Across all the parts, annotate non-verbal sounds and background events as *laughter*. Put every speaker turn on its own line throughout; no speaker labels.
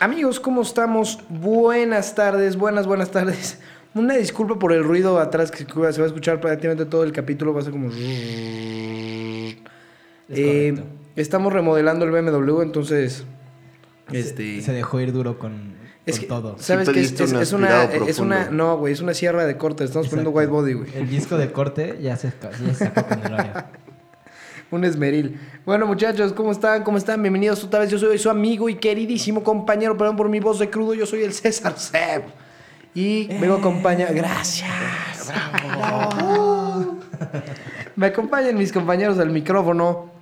Amigos, ¿cómo estamos? Buenas tardes, buenas, buenas tardes. *laughs* Una disculpa por el ruido atrás que se va a escuchar prácticamente todo el capítulo, va a ser como... Eh,
correcto.
estamos remodelando el BMW, entonces...
Se-
Este...
Se dejó ir duro con,
es
con
que,
todo.
¿Sabes
Sí
qué? Es,
pediste
es-
un
es una, eh,
aspirado
es una...
profundo.
No, güey, es una sierra de corte. Estamos poniendo white
Exacto.
body, güey.
El disco de corte ya se, esca- ya se sacó con gloria.
Un esmeril. Bueno, muchachos, ¿cómo están? ¿Cómo están? Bienvenidos otra vez. Yo soy su amigo y queridísimo compañero, perdón por mi voz de crudo, yo soy el César Seb. Y vengo acompañado.
Eh,
Gracias. *laughs* Me acompañan mis compañeros del micrófono.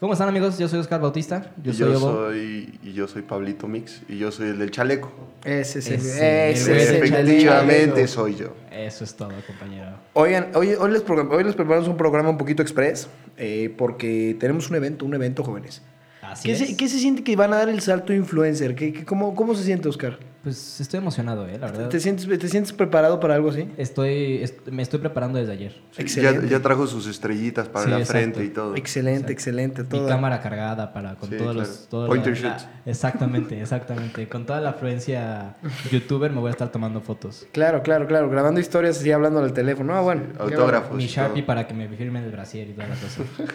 ¿Cómo están amigos? Yo soy Oscar Bautista. Yo
Y
soy
yo
Obo.
soy, y yo soy Pablito Mix y yo soy el del chaleco.
Ese es el.
Ese,
ese es el
Efectivamente
chaleco.
soy yo.
Eso es todo, compañero.
Oigan, hoy, hoy les program- hoy les preparamos un programa un poquito express eh, porque tenemos un evento, un evento, jóvenes.
Así
¿Qué
es.
se, qué se siente que van a dar el salto influencer? ¿Qué, qué- cómo, ¿Cómo se siente, Oscar?
Pues estoy emocionado, eh, la verdad.
¿Te sientes, ¿Te sientes preparado para algo así?
Estoy, est- me estoy preparando desde ayer.
Sí, Ya,
Excelente.
ya trajo sus estrellitas para
Sí,
la
exacto.
frente y todo.
Excelente,
Exacto.
excelente.
Mi
Todo.
cámara cargada para con
Sí,
todos
claro.
los... toda
Point
la-
and shoot.
la- exactamente, exactamente. Con toda la afluencia youtuber me voy a estar tomando fotos.
Claro, claro, claro. Grabando historias y hablando al teléfono. Ah, bueno. qué
Autógrafos.
Mi
y todo.
Sharpie para que me firmen el brasier y toda la cosa.
bueno.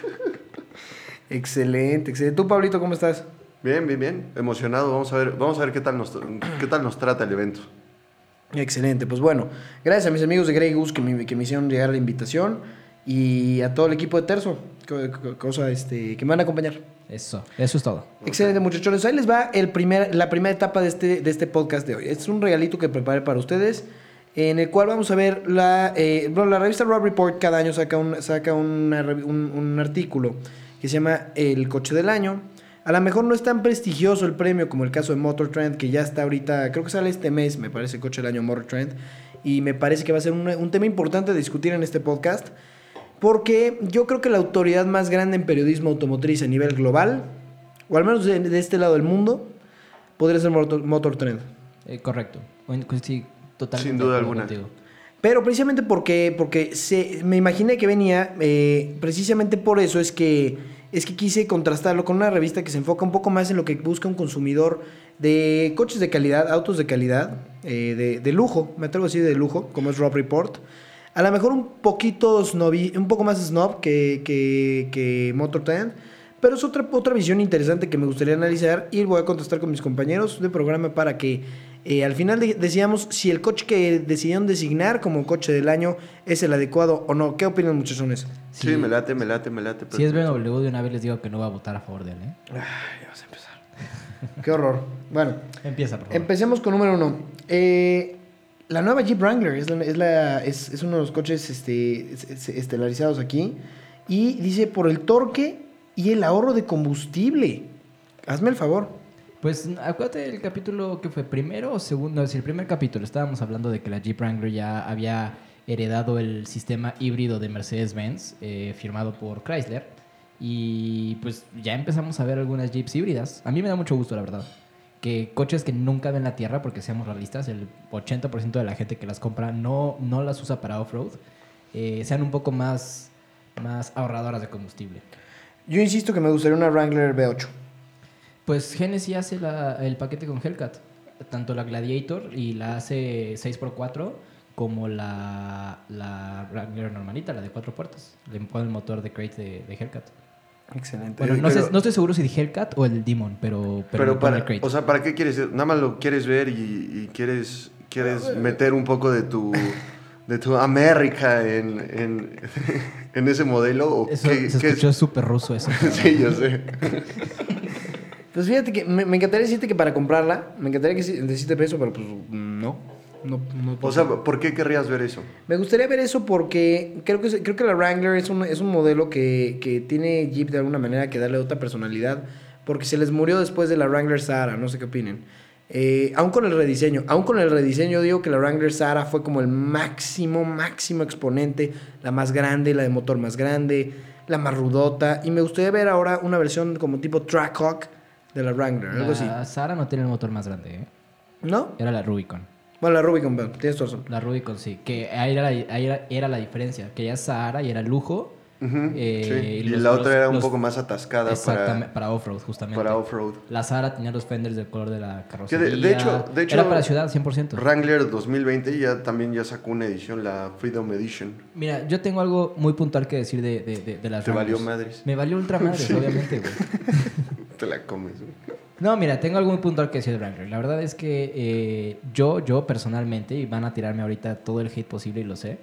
Excelente, excelente. ¿Tú, Pablito, cómo estás?
Bien, bien, bien. Emocionado. Vamos a ver, vamos a ver qué tal nos qué tal nos trata el evento.
Excelente. Pues bueno, gracias a mis amigos de Grey Goose que me, que me hicieron llegar la invitación y a todo el equipo de Terzo, co- co- cosa este, que me van a acompañar.
Eso, eso es todo.
Excelente, muchachos. Ahí les va el primer, la primera etapa de este, de este podcast de hoy. Este es un regalito que preparé para ustedes, en el cual vamos a ver la, eh, bueno, la revista Rob Report cada año saca, un, saca una revi- un, un artículo que se llama El coche del año. A lo mejor no es tan prestigioso el premio como el caso de Motor Trend, que ya está ahorita, creo que sale este mes, me parece, el coche del año Motor Trend. Y me parece que va a ser un, un tema importante de discutir en este podcast. Porque yo creo que la autoridad más grande en periodismo automotriz a nivel global, o al menos de, de este lado del mundo, podría ser Motor, Motor Trend.
Eh, correcto. Coin- coin- Sí, totalmente.
Sin
de
duda
acuerdo
alguna.
Pero precisamente porque, porque se, me imaginé que venía, eh, precisamente por eso es que, es que quise contrastarlo con una revista que se enfoca un poco más en lo que busca un consumidor de coches de calidad, autos de calidad, eh, de, de lujo, me atrevo a decir de lujo, como es Rob Report. A lo mejor un poquito snobby, un poco más snob que, que, que Motor Trend, pero es otra, otra visión interesante que me gustaría analizar y voy a contestar con mis compañeros de programa para que eh, al final de- decíamos si el coche que decidieron designar como coche del año es el adecuado o no. ¿Qué opinan muchachones?
Sí, me late, me late, me late.
Si es
perfecto.
BMW, de una vez les digo que no va a votar a favor de él, ¿eh?
Qué horror. Bueno,
Empieza, por favor.
empecemos con número uno. Eh, la nueva Jeep Wrangler es, la- es la- es- es uno de los coches este, es- es- estelarizados aquí y dice por el torque y el ahorro de combustible. Hazme el favor.
pues acuérdate del capítulo que fue primero o segundo. Es el primer capítulo. Estábamos hablando de que la Jeep Wrangler ya había heredado el sistema híbrido de Mercedes-Benz eh, firmado por Chrysler. Y pues ya empezamos a ver algunas Jeeps híbridas. A mí me da mucho gusto, la verdad. Que coches que nunca ven la tierra, porque seamos realistas, el 80% de la gente que las compra no, no las usa para off-road, eh, sean un poco más, más ahorradoras de combustible.
Yo insisto que me gustaría una Wrangler V8.
Pues Genesis hace la- el paquete con Hellcat. Tanto la Gladiator y la hace 6x4 como la, la Wrangler normalita, la de cuatro puertas. Le pone el motor de crate de, de Hellcat.
Excelente.
Bueno, no,
Eh, pero-
sé- no estoy seguro si de Hellcat o el Demon, pero, pero,
Pero
le pone
para,
el crate.
o sea, ¿para qué quieres? Nada más lo quieres ver y, y quieres, quieres meter un poco de tu, de tu América en, en, *laughs* en ese modelo. ¿o
Eso
qué-
se
qué es?
escuchó súper ruso eso.
*laughs* Sí, yo sé.
Pues fíjate que me, me encantaría decirte que para comprarla, me encantaría que sí- decirte eso, pero pues no. No, no
O sea, ¿por qué querrías ver eso?
me gustaría ver eso porque creo que, creo que la Wrangler es un, es un modelo que, que tiene Jeep de alguna manera que darle otra personalidad, porque se les murió después de la Wrangler Sahara, no sé qué opinen. Eh, aún con el rediseño, aún con el rediseño digo que la Wrangler Sahara fue como el máximo, máximo exponente, la más grande, la de motor más grande, la más rudota, y me gustaría ver ahora una versión como tipo Trackhawk de la Wrangler, algo así.
La Sara no tiene el motor más grande, ¿eh?
¿No?
Era la Rubicon.
Bueno, la Rubicon, pero tienes tu razón.
La Rubicon, sí. Que ahí era, la- ahí era, era la diferencia. Que ya es Sahara y era lujo.
Ujú,
Eh,
sí. Y
los-
la otra
los-
era un
los-
poco más atascada
Exactamente,
para,
para, off-road, justamente.
para off-road.
La Sara tenía los fenders del color de la
Que
carrocería.
de- de hecho- de hecho-
Era para ciudad, 100%.
Wrangler 2020 ya también ya sacó una edición, la Freedom Edition. *laughs*
Mira, yo tengo algo muy puntual que decir de, de, de, de las
Te valió
Wranglers.
madres.
Me valió ultra
*laughs*
madres, obviamente, güey.
Te la comes. güey.
No, mira, tengo algo muy puntual que decir de Wrangler. La verdad es que eh, yo, yo personalmente, y van a tirarme ahorita todo el hate posible y lo sé,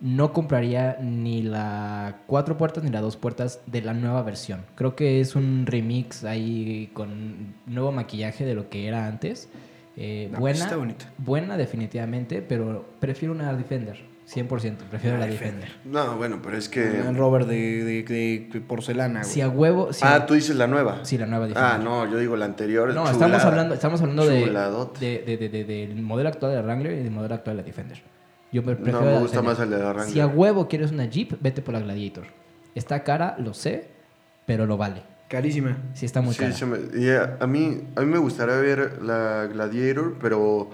no compraría ni la cuatro puertas ni la dos puertas de la nueva versión. Creo que es un remix ahí con nuevo maquillaje de lo que era antes. Eh,
No,
buena,
está bonita.
buena definitivamente, pero prefiero una Defender, 100%, prefiero la,
Una
Defender.
No, bueno, pero es
Un
que...
Robert de, de- de- de porcelana, güey.
Si a huevo, si a-
Ah, tú dices la nueva.
sí, la nueva Defender.
Ah, no, yo digo la anterior.
No,
chulada.
estamos hablando, estamos hablando de,
Chuladota.
de- de- de- de- del modelo actual de la Wrangler y del modelo actual de la Defender. Yo pre-
No,
prefiero
me
la
gusta
Defender.
más el de la Wrangler.
Si a huevo quieres una Jeep, vete por la Gladiator. Está cara, lo sé, pero lo vale.
Carísima.
Sí está muy
Sí,
cara.
se me- y eh, a, a mí, a mí me gustaría ver la Gladiator, pero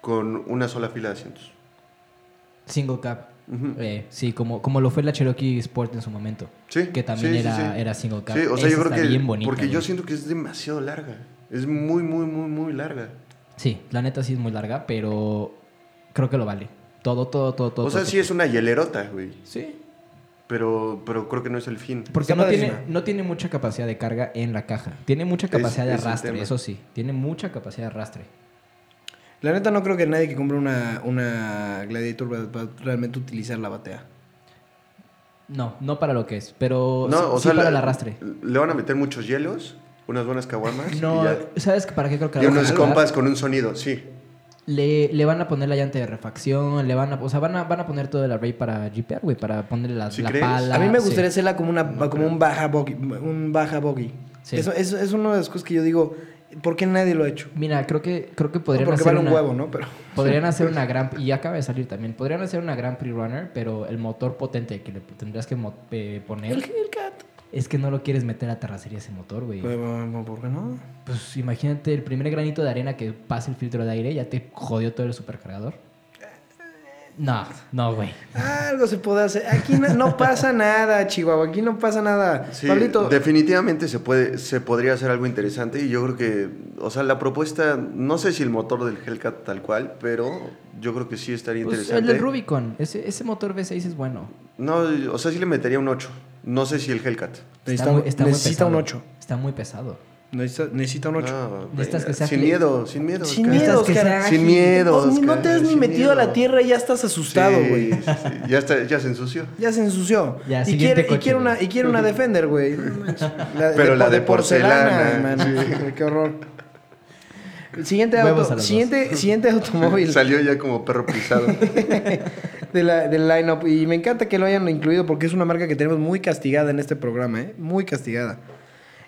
con una sola fila de asientos.
Single cap.
Ujú.
Eh, sí, como, como lo fue la Cherokee Sport en su momento.
Sí,
Que también
sí, sí,
era,
sí.
era single cap.
Sí, o sea,
Esa
yo creo
está
que.
bien bonita,
porque yo
güey.
siento que es demasiado larga. Es muy, muy, muy, muy larga.
Sí, la neta sí es muy larga, pero creo que lo vale. Todo, todo, todo, todo.
O sea,
todo,
sí es una hielerota, güey.
Sí,
Pero, pero creo que no es el fin.
Porque
Está
no tiene,
padrísima.
no tiene mucha capacidad de carga en la caja. Tiene mucha capacidad de
es el
arrastre,
tema.
eso sí. Tiene mucha capacidad de arrastre.
La neta no creo que nadie que compre una, una Gladiator va, va a realmente utilizar la batea.
No, no para lo que es, pero
No,
sí,
o
sí
sea,
para el
le-
arrastre.
Le van a meter muchos hielos, unas buenas
*laughs*
caguamas.
No,
y ya.
¿sabes que para qué creo que
Y
la van a
unos
arreglar?
compas con un sonido, sí.
Le, le van a poner la llanta de refacción, le van a, o sea, van a, van a poner todo el array para jipear, güey, para ponerle la,
¿Sí
la
crees?
pala.
a mí me
sí.
gustaría hacerla como, una, como un baja bogey. Un baja bogey.
Sí.
Eso, eso- es una de las cosas que yo digo, ¿por qué nadie lo ha hecho?
Mira, creo que, creo que
No
podrían
porque
hacer
vale un
una,
huevo, ¿no? Pero...
Podrían hacer una gran... Y acaba de salir también. Podrían hacer una gran pre-runner, pero el motor potente que le tendrías que mo- eh, poner...
El Hellcat.
Es que no lo quieres meter a terracería ese motor, güey. Pues,
Pero, ¿Por qué no?
imagínate el primer granito de arena que pasa el filtro de aire, ya te jodió todo el supercargador. No, no, güey.
Algo se puede hacer. Aquí no, no pasa nada, Chihuahua. Aquí no pasa nada.
Sí,
Pablito,
definitivamente se puede, se podría hacer algo interesante y yo creo que, o sea, la propuesta, no sé si el motor del Hellcat tal cual, pero yo creo que sí estaría
Pues, el
interesante.
del Rubicon, ese, ese motor V6 es bueno.
No, o sea, sí le metería un 8. No sé si el Hellcat.
necesita,
muy- muy
necesita un
pesado.
8.
Está muy pesado.
Necesita, necesita un 8.
No,
Necesitas
Ah, venga,
que sea
sin
fle-
miedo, sin miedo.
Sin
Oscar.
miedo,
que sea
Oscar.
ágil.
Ah, Sin miedo.
No, ni- no te
Oscar,
has ni
sin
metido
miedo.
a la tierra y ya estás asustado,
Sí,
güey.
sí, sí. Ya, está, ya se
*laughs*
ensució.
Ya se ensució.
Ya,
y,
siguiente
quiere, y
coche,
quiere
güey.
una, y quiere una Defender, güey. No manches. La-
Pero la de porcelana,
man. Qué horror. El siguiente
Huevos a
auto,
los
siguiente, siguiente automóvil
Salió ya como perro pisado.
de la, del lineup. Y me encanta que lo hayan incluido porque es una marca que tenemos muy castigada en este programa, ¿eh? Muy castigada.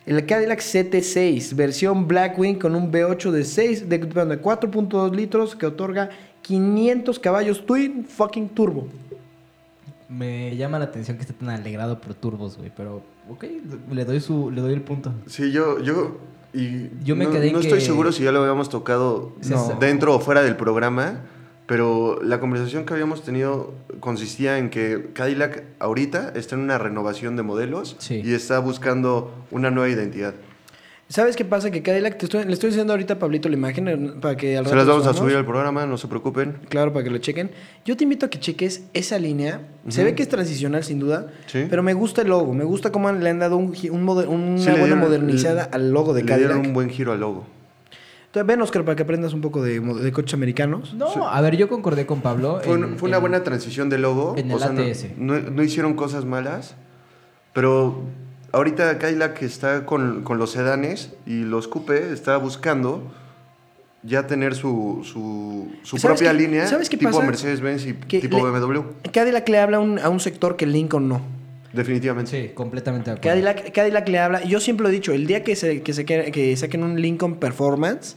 El Cadillac CT6, versión Blackwing con un V8 de 6, de, perdón, de 4.2 litros que otorga 500 caballos twin fucking turbo.
Me llama la atención que esté tan alegrado por turbos, güey. Pero, ok, le doy, su, le doy el punto.
Sí, yo, yo, y
Yo me
no,
quedé en
no estoy
que-
seguro si ya lo habíamos tocado
Sí,
no,
sí.
dentro o fuera del programa, pero la conversación que habíamos tenido consistía en que Cadillac ahorita está en una renovación de modelos
Sí.
y está buscando una nueva identidad.
¿Sabes qué pasa? Que Cadillac, te estoy, le estoy diciendo ahorita a Pablito la imagen eh, para que al
Se
rato
las vamos a
subamos.
subir al programa, no se preocupen.
Claro, para que lo chequen. Yo te invito a que cheques esa línea. Se
Ujú.
ve que es transicional, sin duda.
Sí.
Pero me gusta el logo. Me gusta cómo le han dado un, gi- un mode- una
Sí, le
buena
dieron-
modernizada
le-
al logo de
Le dieron
Cadillac.
un buen giro al logo.
Entonces, ven, Oscar, para que aprendas un poco de, mo- de coches americanos.
No, a ver, yo concordé con Pablo.
Fue, un-
en-
fue una
en-
buena transición de logo.
en el
no-
ATS.
No, no hicieron cosas malas, pero ahorita Cadillac está con, con los sedanes y los coupé, está buscando ya tener su, su, su
¿Sabes
propia
qué-
línea
sabes qué
tipo
pasa?
Mercedes-Benz y
Que
tipo
le-
BMW,
Cadillac le habla a un- a un sector que Lincoln no.
definitivamente.
Sí, completamente de acuerdo.
Cadillac, Cadillac le habla. Yo siempre lo he dicho, el día que, se, que, se, que, que saquen un Lincoln Performance,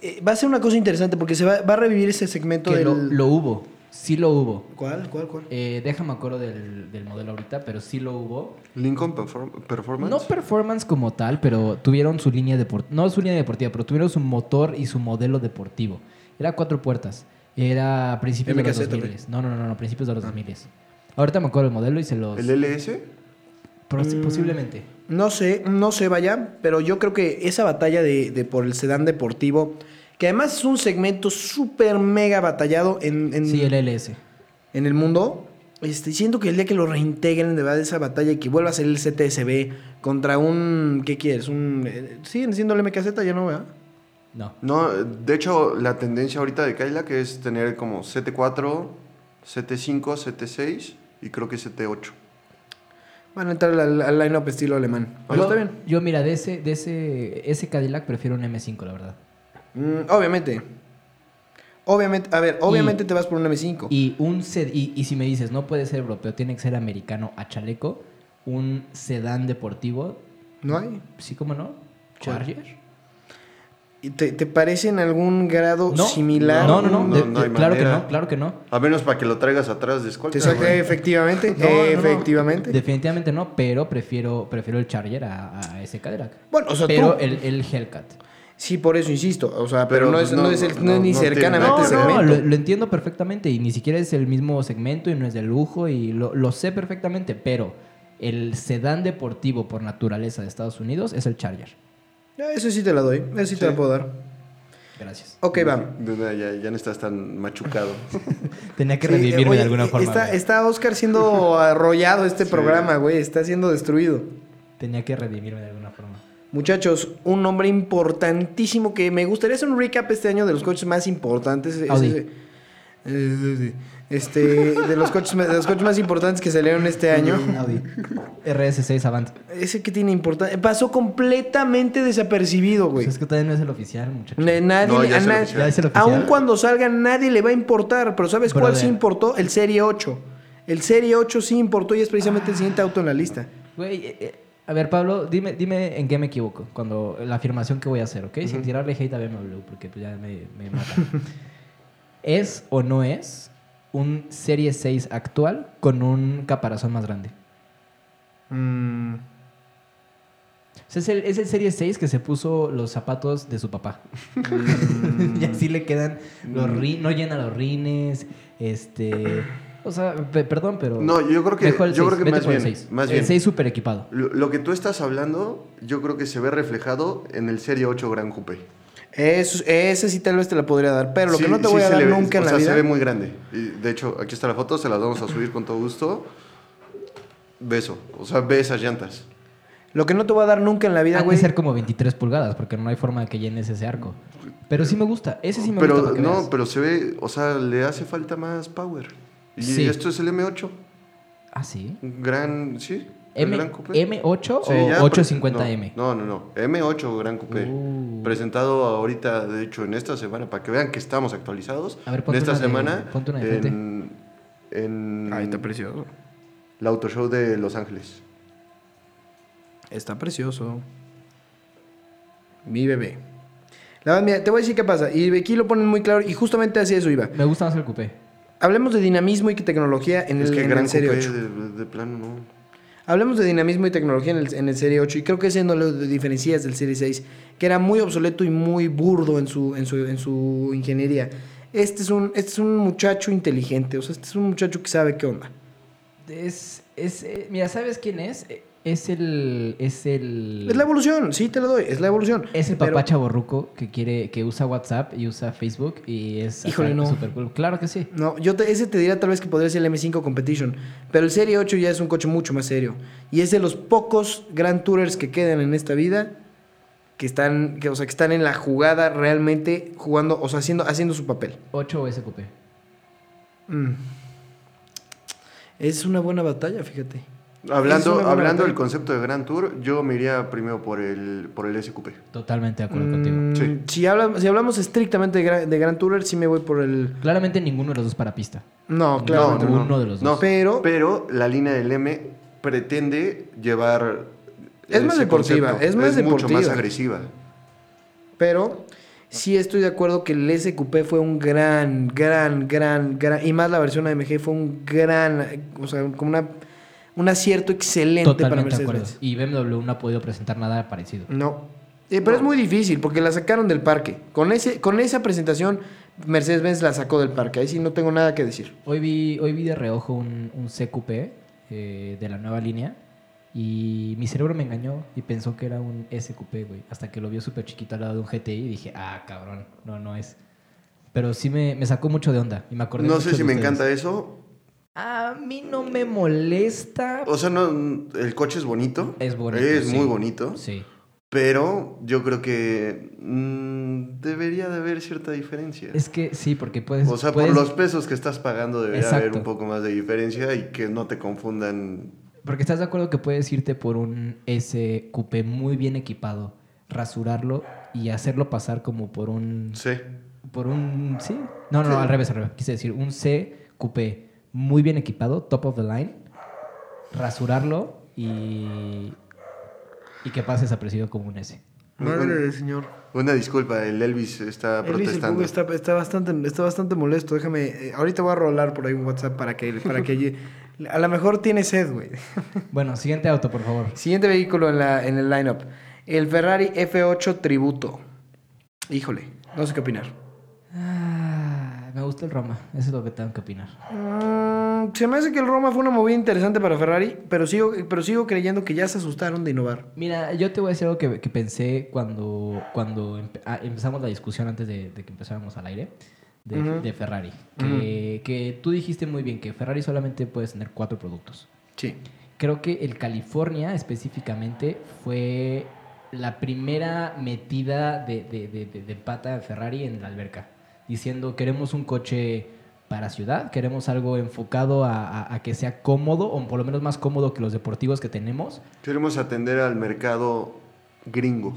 eh, va a ser una cosa interesante porque se va, va a revivir ese segmento
Que
del...
lo, lo hubo, sí lo hubo.
¿Cuál? ¿Cuál? ¿Cuál?
Eh, déjame acuerdo del, del modelo ahorita, pero sí lo hubo.
Lincoln Perform- Performance.
No performance como tal, pero tuvieron su línea deportiva. No su línea deportiva, pero tuvieron su motor y su modelo deportivo. Era cuatro puertas. Era a principios de los
MKZ, Ah.
2000. No, no, no, no, principios de los 2000. Ahorita me acuerdo el modelo y se los...
¿El LS?
Pero sí, posiblemente.
No sé, no sé, vaya, pero yo creo que esa batalla de, de por el sedán deportivo, que además es un segmento súper mega batallado en, en,
Sí, el LS.
en el mundo, este, siento que el día que lo reintegren de verdad esa batalla y que vuelva a ser el CTSB contra un... ¿Qué quieres? Un, eh, ¿Siguen siendo el MKZ? Ya no, ¿verdad?
No.
No, de hecho, la tendencia ahorita de Kaila que es tener como CT4, CT5, CT6 y creo que CT8.
Van a entrar al, al line-up estilo alemán. Pero
Yo,
Ah, está bien.
yo, mira, de ese, de ese, ese Cadillac prefiero un M5, la verdad.
Mm, obviamente. Obviamente, a ver, obviamente te vas por un M5.
Y un sed- y, y si me dices, no puede ser europeo, tiene que ser americano a chaleco, un sedán deportivo,
¿No hay?
sí como no, Charger.
¿Y ¿Te, te parece en algún grado
No,
similar?
No, no, no,
No,
de-
no
de-
hay
claro que
manera.
no, claro que no.
A menos para que lo traigas atrás de escolta.
Te saca-
güey.
efectivamente,
No, no, no.
efectivamente.
Definitivamente no, pero prefiero, prefiero el Charger a, a ese Cadillac.
Bueno, o sea,
pero
tú-
el, el Hellcat.
Sí, por eso insisto. O sea, pero,
Pero
no, es, no,
no,
es el-
no,
no es ni este
no tiene
cercanamente
nada
No,
que
ese
ver.
no,
evento.
lo, lo entiendo perfectamente y ni siquiera es el mismo segmento y no es de lujo y lo, lo sé perfectamente, pero el sedán deportivo por naturaleza de Estados Unidos es el Charger.
Eso sí te la doy. Eso sí, te la
Sí.
puedo dar.
Gracias.
Ok, va.
De nada, Ya, ya no estás tan
*laughs*
machucado.
Tenía que
Sí, eh,
revivirme
oye,
de alguna
eh,
forma.
Está,
güey.
está Oscar
*laughs*
siendo arrollado este
Sí.
programa, güey. Está siendo destruido.
Tenía que redimirme de
*laughs*
alguna forma.
Muchachos, un nombre importantísimo que me gustaría hacer un recap este año de los coches más importantes. Es-
Audi.
es- eh, Este, de los coches, ma- de los coches más importantes que salieron este año.
RS6 Avant.
Ese que tiene importancia. Pasó completamente desapercibido,
Pues
güey.
es que todavía no es el oficial, muchachos.
Ne- Nadie,
No,
le-
ya
a
se lo
na-
pusieron.
Ya es el oficial.
aun cuando salga, nadie le va a importar. Pero ¿sabes cuál
Brother.
sí importó? El Serie 8. El Serie 8 sí importó y es precisamente el siguiente auto en la lista.
Güey, eh, eh, a ver, Pablo, dime, dime en qué me equivoco. Cuando la afirmación que voy a hacer, ¿ok? Sin tirarle hate a BMW, porque pues, ya me, me
*laughs*
matan. ¿Es o no es un Serie 6 actual con un caparazón más grande?
Mm,
O sea, es, el, es el Serie 6 que se puso los zapatos de su papá.
Mm.
*laughs* y así le quedan los ri- no llena los rines, este... O sea, pe- perdón, pero...
No, yo creo que-
mejor el
yo creo que
Vete
más
por el
bien,
6.
más
El
bien.
6 súper equipado.
Lo, lo que tú estás hablando, yo creo que se ve reflejado en el Serie 8 Gran Coupé.
eso- ese sí tal vez te la podría dar. Pero lo
Sí,
que no te
sí
voy a
se
dar
le ve,
nunca en
o
la
sea,
vida.
se ve muy grande. Y, de hecho, aquí está la foto, se las vamos a subir con todo gusto. Beso. O sea, ve esas llantas.
Lo que no te voy a dar nunca en la vida,
Han de
güey.
ser como 23 pulgadas, porque no hay forma de que llenes ese arco. Pero sí me gusta. Ese sí me gusta.
Pero
para que
no,
veas.
pero se ve, o sea, le hace falta más power. Y
Sí.
esto es el M8.
Ah, sí.
Un gran, sí. el
M,
gran
pues.
coupé.
¿M8
Sí,
o
ya, pero-
850M?
No, no, no. no. M8 Gran Coupé.
Uh.
Presentado ahorita, de hecho, en esta semana, para que vean que estamos actualizados.
A ver,
en
ponte
esta
una de-
semana.
ponte una de frente.
en, en
Ay, está precioso.
el Auto Show de Los Ángeles.
Está precioso. Mi bebé. La verdad, mira, te voy a decir qué pasa. Y aquí lo ponen muy claro. Y justamente hacia eso iba.
Me gusta más el coupé.
Hablemos de dinamismo y tecnología en el,
es que
en
Gran
el Serie
Coupé,
8.
de, de plano, no.
Hablemos de dinamismo y tecnología en el, en el Serie 8. Y creo que ese no lo diferencias del Serie 6, que era muy obsoleto y muy burdo en su, en su, en su ingeniería. Este es, un, este es un muchacho inteligente. O sea, este es un muchacho que sabe qué onda.
Es, es, eh, mira, ¿sabes quién es? Eh, Es el. Es el.
Es la evolución. Sí, te lo doy. Es la evolución.
es el
Pero-
papá chaborruco que quiere, que usa WhatsApp y usa Facebook y es
Híjole,
acá
no.
super cool. Claro que sí.
No, yo te- ese te diría tal vez que podría ser el M5 Competition, pero el Serie 8 ya es un coche mucho más serio y es de los pocos Grand Tourers que quedan en esta vida que están, que, o sea, que están en la jugada realmente jugando, o sea, haciendo, haciendo su papel.
8 o ese coupé.
Mm. Es una buena batalla, fíjate. Es
Hablando,
una buena
hablando del
batalla.
concepto de Gran Tour, yo me iría primero por el, por el SQP.
Totalmente de acuerdo contigo.
Mm,
Sí.
si, habla- si hablamos estrictamente de, gra- de Grand Tourer, sí me voy por el...
Claramente ninguno de los dos para pista.
No, claro.
no, Uno de los
No,
dos.
Pero-
pero, la línea del M pretende llevar.
Es más
ese
deportiva,
concepto.
es más
mucho más
deportiva.
agresiva.
Pero sí estoy de acuerdo que el SQP fue un gran, gran, gran, gran. Y más la versión AMG fue un gran. O sea, como una, un acierto excelente para
Totalmente de acuerdo.
Mercedes.
Y BMW no ha podido presentar nada parecido.
No. Eh, pero es muy difícil porque la sacaron del parque. Con, ese, con esa presentación Mercedes-Benz la sacó del parque. Ahí sí no tengo nada que decir.
Hoy vi, hoy vi de reojo un, un CQP eh, de la nueva línea y mi cerebro me engañó y pensó que era un SQP, güey. Hasta que lo vio súper chiquito al lado de un GTI y dije, ah, cabrón, no, no es. Pero sí me, me sacó mucho de onda y me acordé
No
mucho
sé si
de
me
ustedes.
encanta eso.
A mí no me molesta.
O sea, no, el coche es bonito.
Es bonito,
Es
sí.
muy bonito.
Sí.
Pero yo creo que mm, debería de haber cierta diferencia.
Es que sí, porque puedes.
o sea,
puedes-
por los pesos que estás pagando debería haber
Exacto.
un poco más de diferencia y que no te confundan.
Porque estás de acuerdo que puedes irte por un S coupé muy bien equipado, rasurarlo y hacerlo pasar como por un.
Sí.
Por un. Sí. No, no, no,
Sí.
al revés, al revés. Quise decir, un C coupé muy bien equipado, top of the line, rasurarlo y. Y que pase desaparecido como un S.
Madre, señor.
Una disculpa, el Elvis está
Elvis, el
protestando.
Google está, está bastante, está bastante molesto. Déjame. eh, ahorita voy a rolar por ahí un WhatsApp para que. Para *laughs* que allí- a lo mejor tiene sed, güey.
Bueno, siguiente auto, por favor.
Siguiente vehículo en, la, en el lineup: el Ferrari F8 Tributo. Híjole, no sé qué opinar.
Ah, me gusta el Roma, eso es lo que tengo que opinar.
Mm, se me hace que el Roma fue una movida interesante para Ferrari, pero sigo, pero sigo creyendo que ya se asustaron de innovar.
Mira, yo te voy a decir algo que, que pensé cuando, cuando empe- ah, empezamos la discusión antes de, de que empezáramos al aire de,
Ujú.
de Ferrari. Que, que tú dijiste muy bien que Ferrari solamente puedes tener cuatro productos.
Sí.
Creo que el California específicamente fue la primera metida de, de- de- de- de pata de Ferrari en la alberca, diciendo queremos un coche para ciudad, queremos algo enfocado a, a- a que sea cómodo o por lo menos más cómodo que los deportivos que tenemos.
Queremos atender al mercado gringo.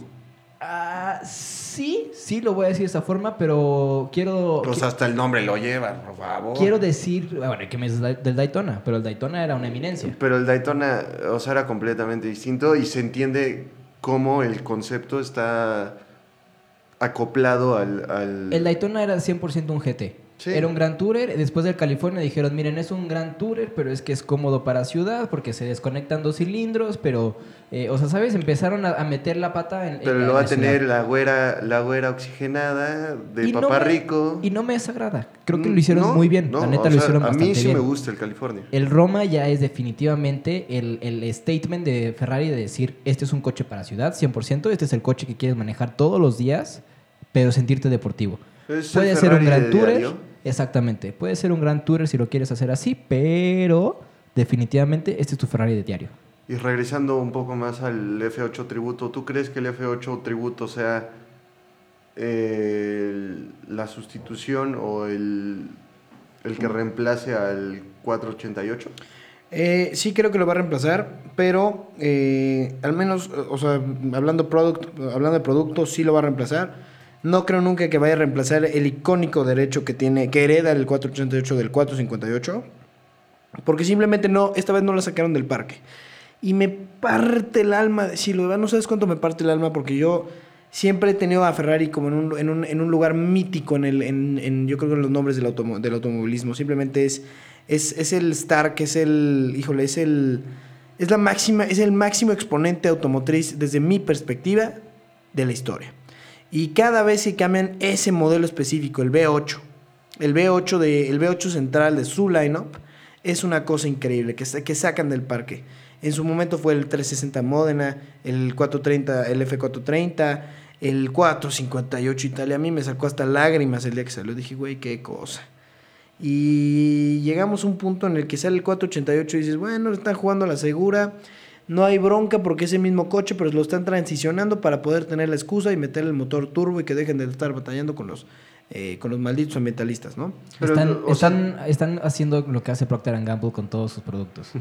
Ah, sí, sí lo voy a decir de esa forma, pero quiero...
Pues hasta el nombre lo lleva, por favor.
Oh, Quiero decir, ah, bueno, que me dices da- del Daytona, pero el Daytona era una eminencia.
Pero el Daytona, o sea, era completamente distinto y se entiende cómo el concepto está acoplado al... al-
El Daytona era 100% un GT.
Sí.
Era un Gran Tourer. Después del California dijeron, miren, es un Gran Tourer, pero es que es cómodo para ciudad porque se desconectan dos cilindros, pero, eh, o sea, ¿sabes? Empezaron a, a meter la pata en... en
Pero
la-
lo va
en
a
la
tener
ciudad.
la güera, la güera oxigenada de
Y no
papá
me-
rico.
Y no me desagrada. Creo que
Mm,
lo hicieron
no,
muy bien.
no,
la neta
o
lo
sea,
hicieron
A
bastante
mí sí
bien.
me gusta el California.
El Roma ya es definitivamente el, el statement de Ferrari de decir, este es un coche para ciudad, 100%, este es el coche que quieres manejar todos los días, pero sentirte deportivo.
Es el
Puede ser un
Ferrari
gran ¿eh?
de
tourer,
diario.
exactamente, puede ser un gran tourer si lo quieres hacer así, pero definitivamente este es tu Ferrari de diario.
Y regresando un poco más al F8 tributo, ¿tú crees que el F8 tributo sea eh, el- la sustitución o el, el que reemplace al 488?
Eh, sí creo que lo va a reemplazar, pero eh, al menos, eh, o sea, hablando, product, hablando de producto, sí lo va a reemplazar. No creo nunca que vaya a reemplazar el icónico derecho que tiene, que hereda el 488 del 458, porque simplemente no, esta vez no la sacaron del parque. Y me parte el alma, si lo no sabes cuánto me parte el alma, porque yo siempre he tenido a Ferrari como en un, en un, en un lugar mítico en, el, en, en- yo creo que en los nombres del, automo- del automovilismo. Simplemente es, es, es el Stark, es el, híjole, es el, es la máxima, es el máximo exponente automotriz desde mi perspectiva de la historia. Y cada vez que cambian ese modelo específico, el V8, el V8, de, el V8 central de su lineup, es una cosa increíble que, sa- que sacan del parque. En su momento fue el 360 Módena, el 430, el F430, el 458 Italia. A mí me sacó hasta lágrimas el día que salió. Dije, güey, qué cosa. Y llegamos a un punto en el que sale el 488 y dices, bueno, están jugando a la segura. No hay bronca porque es el mismo coche, pero lo están transicionando para poder tener la excusa y meter el motor turbo y que dejen de estar batallando con los, eh, con los malditos ambientalistas, ¿no?
Pero,
están,
o sea-
están, están haciendo lo que hace Procter Gamble con todos sus
*laughs*
productos.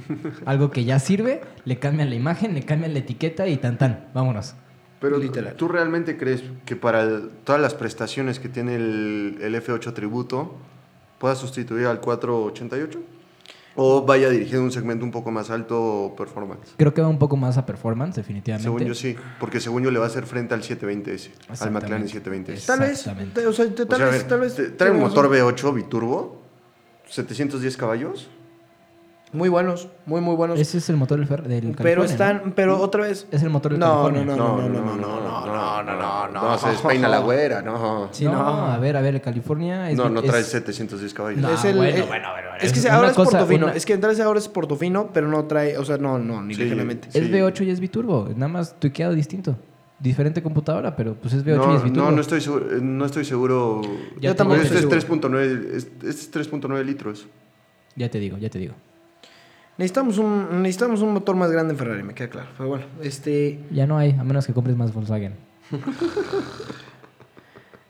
Algo que ya sirve, le cambian la imagen, le cambian la etiqueta y tan tan, vámonos.
Pero
Literal.
¿tú realmente crees que para el- todas las prestaciones que tiene el, el F8 tributo pueda sustituir al 488? ¿O vaya dirigido a un segmento un poco más alto performance?
Creo que va un poco más a performance, definitivamente.
Según yo sí, porque según yo le va a hacer frente al 720S, al McLaren 720S.
Tal vez,
Exactamente.
te- o sea, te-
O
tal
sea, a
vez,
ver,
tal vez
te- trae un
tengas
motor
razón.
V8 biturbo, 710 caballos.
Muy buenos, muy, muy buenos.
Ese es el motor del, Fer- del
pero
California,
están,
¿no?
pero otra vez.
Es el motor del
No, no,
California.
no, no, no, no, no, no,
no, no, no, no, se despeina *laughs* la güera, no.
Sí,
no,
no.
a ver, a ver, el California es...
No, no
es-
trae 710 caballos.
No.
Es el-
bueno,
eh,
bueno, bueno,
Es que
es
se-
una
ahora es
cosa,
portofino.
una-
Es que entonces ahora es portofino, pero no trae, o sea, no, no, ni
Sí.
ligeramente.
Es
Sí.
V8 y es biturbo, nada más tuiqueado distinto. Diferente computadora, pero pues es V8 y
No,
es biturbo.
no, no estoy seguro. eh, No estoy seguro.
Ya
Yo tampoco
Este
estoy
es
seguro.
3.9 es- este es 3.9 litros.
Ya te digo, ya te digo.
Necesitamos un, necesitamos un motor más grande en Ferrari, me queda claro. Pero bueno, este,
Ya no hay, a menos que compres más Volkswagen.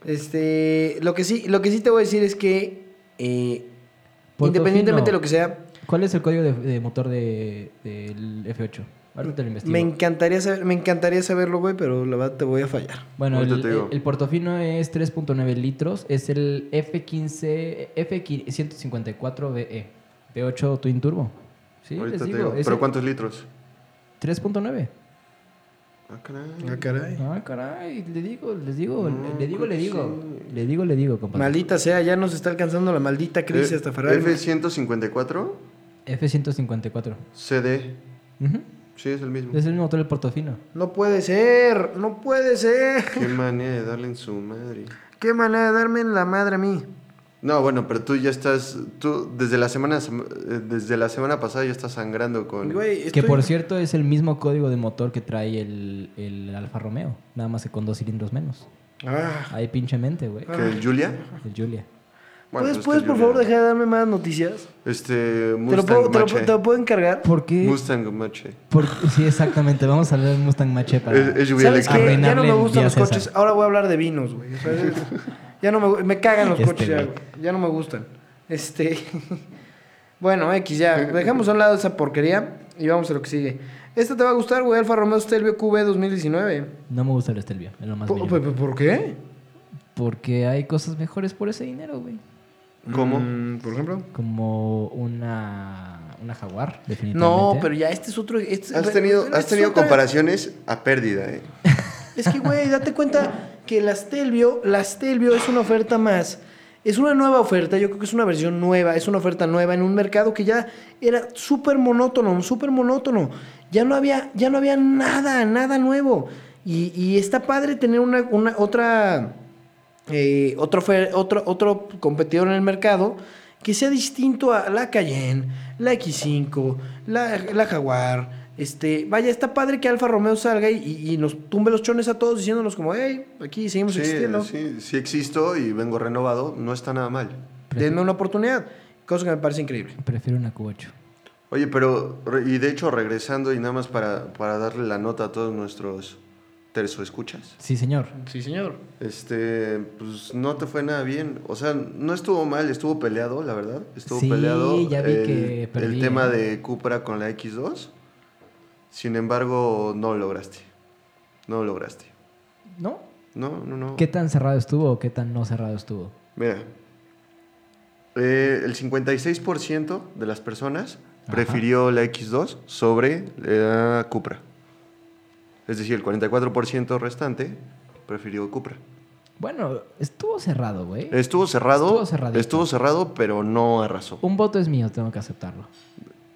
este, lo que sí, lo que sí te voy a decir es que eh,
Portofino.
independientemente de lo que sea,
¿Cuál es el código de, de motor de- del F8? Ahorita te lo investigo.
me encantaría saber, me encantaría saberlo, güey, pero la verdad te voy a fallar.
Bueno,
Ahorita
el,
te digo.
el portofino es 3.9 litros, es el F15, F154BE, V8 E, Twin Turbo. Sí,
Ahorita
les
te
digo,
digo.
es
¿Pero
el
cuántos litros?
3.9.
Ah, caray.
caray.
Ah, caray, le digo, les digo,
No, pues
le digo,
creo
le
que
digo, le digo, le digo, compadre.
Maldita sea, ya nos está alcanzando la maldita crisis
Eh,
hasta Ferrari.
F154
F154.
CD.
Ujú.
Sí, es el mismo.
Es el motor del portofino.
No puede ser, no puede ser. *laughs*
Qué manera de darle en su madre.
Qué manera de darme en la madre a mí.
No, bueno, pero tú ya estás, tú desde la semana, eh, desde la semana pasada ya estás sangrando con.
Güey, estoy-
Que por cierto es el mismo código de motor que trae el, el Alfa Romeo, nada más que con dos cilindros menos.
Ah.
Ahí pinche mente, güey.
¿Que el Julia?
El Julia.
Bueno,
¿Puedes,
pues
puedes,
que el
ah. por
Julia.
favor, dejar de darme más noticias?
Este
¿Te lo,
Mustang
puedo, te, lo,
Mache.
te lo puedo encargar?
¿Por qué?
Mustang Mache.
Por- sí, exactamente. Vamos a hablar de Mustang Mache para...
Es, es lluvia
¿Sabes qué?
eléctrica.
Ya no
Arruinarle
me
el
gustan
día
los
a César.
coches. Ahora voy a hablar de vinos, güey. O sea, es- ya no me, me cagan los
Este
coches, ya,
güey.
güey. Ya no me gustan. Este. *laughs* bueno, X,
*laughs*
ya. Dejamos a un lado esa porquería y vamos a lo que sigue. Esta te va a gustar, güey. Alfa Romeo Stelvio QB 2019.
No me gusta el Estelvio, es lo más
Po-
mínimo.
pe- pe- ¿Por qué?
Porque hay cosas mejores por ese dinero, güey.
¿Cómo?
Mm, ¿Por ejemplo?
Como una, una Jaguar, definitivamente.
No, pero ya este es otro. este-
Has tenido,
este
has
es
tenido
otra-
comparaciones a pérdida, eh.
Es que, güey, date cuenta que la Stelvio, la Stelvio es una oferta más. Es una nueva oferta, yo creo que es una versión nueva, es una oferta nueva en un mercado que ya era súper monótono, súper monótono. Ya no había, ya no había nada, nada nuevo. Y, y está padre tener una, una otra, eh, otro, ofer- otro, otro competidor en el mercado que sea distinto a la Cayenne, la X5, la, la Jaguar. Este, vaya, está padre que Alfa Romeo salga y- y, y nos tumbe los chones a todos diciéndonos como, hey, aquí seguimos
Sí,
existiendo.
sí, sí existo y vengo renovado, no está nada mal.
Denme una oportunidad. Cosa que me parece increíble.
Prefiero una Q8.
Oye, pero, re- y de hecho, regresando y nada más para, para darle la nota a todos nuestros terzo escuchas,
Sí, señor.
Sí, señor.
este, pues no te fue nada bien. O sea, no estuvo mal, estuvo peleado, la verdad. Estuvo
Sí,
peleado
ya vi
el,
que
el
perdí,
tema
¿eh?
de Cupra con la X2. Sin embargo, no lo lograste. No lo lograste.
¿No?
No, no, no.
¿Qué tan cerrado estuvo o qué tan no cerrado estuvo?
Mira, eh, el 56% de las personas
Ajá.
prefirió la X2 sobre la Cupra. Es decir, el 44% restante prefirió Cupra.
Bueno, estuvo cerrado, güey.
Estuvo cerrado,
Estuvo cerradito.
estuvo cerrado, pero no arrasó.
Un voto es mío, tengo que aceptarlo.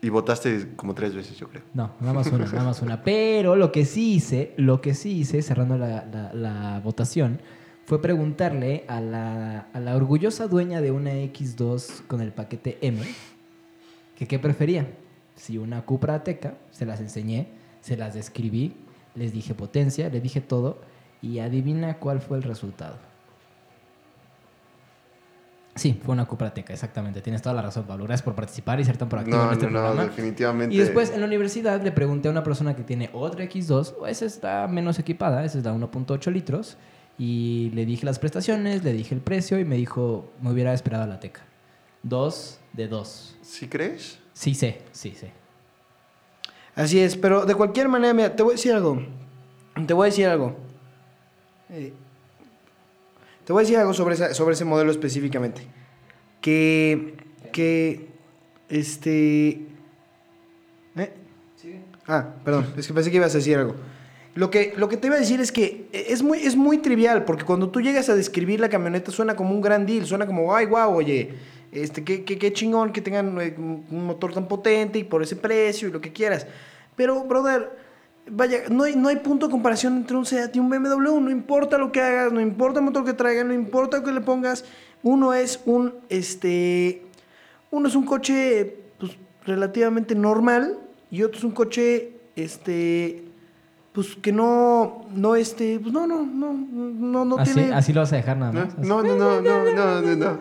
Y votaste como tres veces, yo creo.
No, nada más una, nada más una. Pero lo que sí hice, lo que sí hice, cerrando la, la- la votación, fue preguntarle a la, a la orgullosa dueña de una X2 con el paquete M que qué prefería. Si una Cupra Ateca, se las enseñé, se las describí, les dije potencia, les dije todo, y adivina cuál fue el resultado. Sí, fue una Cupra Ateca, exactamente. Tienes toda la razón, Pablo. Gracias por participar y ser tan proactivo en
No,
este
no, no,
programa.
definitivamente.
Y después en la universidad le pregunté a una persona que tiene otra X2, o esa está menos equipada, esa es la 1.8 litros, y le dije las prestaciones, le dije el precio y me dijo, me hubiera esperado a la teca. Dos de dos.
¿Sí crees?
Sí sé, sí sé.
Así es, pero de cualquier manera, mira, te voy a decir algo. Te voy a decir algo. Eh, te voy a decir algo sobre, esa- sobre ese modelo específicamente. Que. Que. Este. ¿eh? Ah, perdón, es que pensé que ibas a decir algo. Lo que, lo que te iba a decir es que es muy, es muy trivial, porque cuando tú llegas a describir la camioneta suena como un gran deal, suena como, ay, guau, oye, Este, qué, qué, qué chingón que tengan eh, un un motor tan potente y por ese precio y lo que quieras. Pero, brother, vaya, no hay, no hay punto de comparación entre un Seat y un BMW. No importa lo que hagas, no importa el motor que traigan, no importa lo que le pongas. Uno es un, este, uno es un coche pues, relativamente normal y otro es un coche, este, pues que no, no, este, pues no, no, no, no, no
así,
tiene...
así lo vas a dejar nada
No,
más.
no, no, no, no, no, no, no.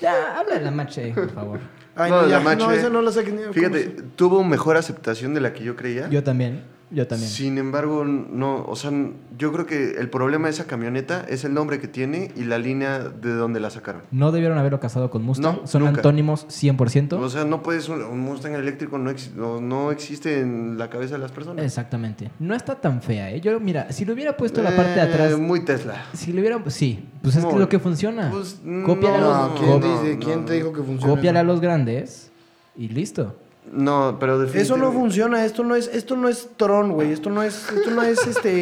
Ya, habla de la mache, por favor.
Ay, no,
No, la
ya,
Mache.
no, esa no la saqué ni- ¿cómo
Fíjate,
se-
tuvo mejor aceptación de la que yo creía.
Yo también, yo también.
Sin embargo, no, o sea, yo creo que el problema de esa camioneta es el nombre que tiene y la línea de donde la sacaron.
No debieron haberlo casado con Mustang.
No,
Son
nunca.
antónimos 100%.
O sea, no puedes, un, un Mustang eléctrico no, ex- no, no existe en la cabeza de las personas.
Exactamente. No está tan fea, ¿eh? Yo, mira, si lo hubiera puesto la parte de atrás...
Eh, Muy Tesla.
Si lo hubiera... Sí, pues es que
Muy-
lo que funciona.
Pues,
Cópiale a
No,
los...
no,
¿quién,
co-
no,
dice,
no,
¿quién te
no.
dijo que funciona?
Cópiale a los grandes y listo.
No, pero
Eso no
definitivamente.
funciona, esto no es, esto no es Tron, güey, esto no es, esto no es este,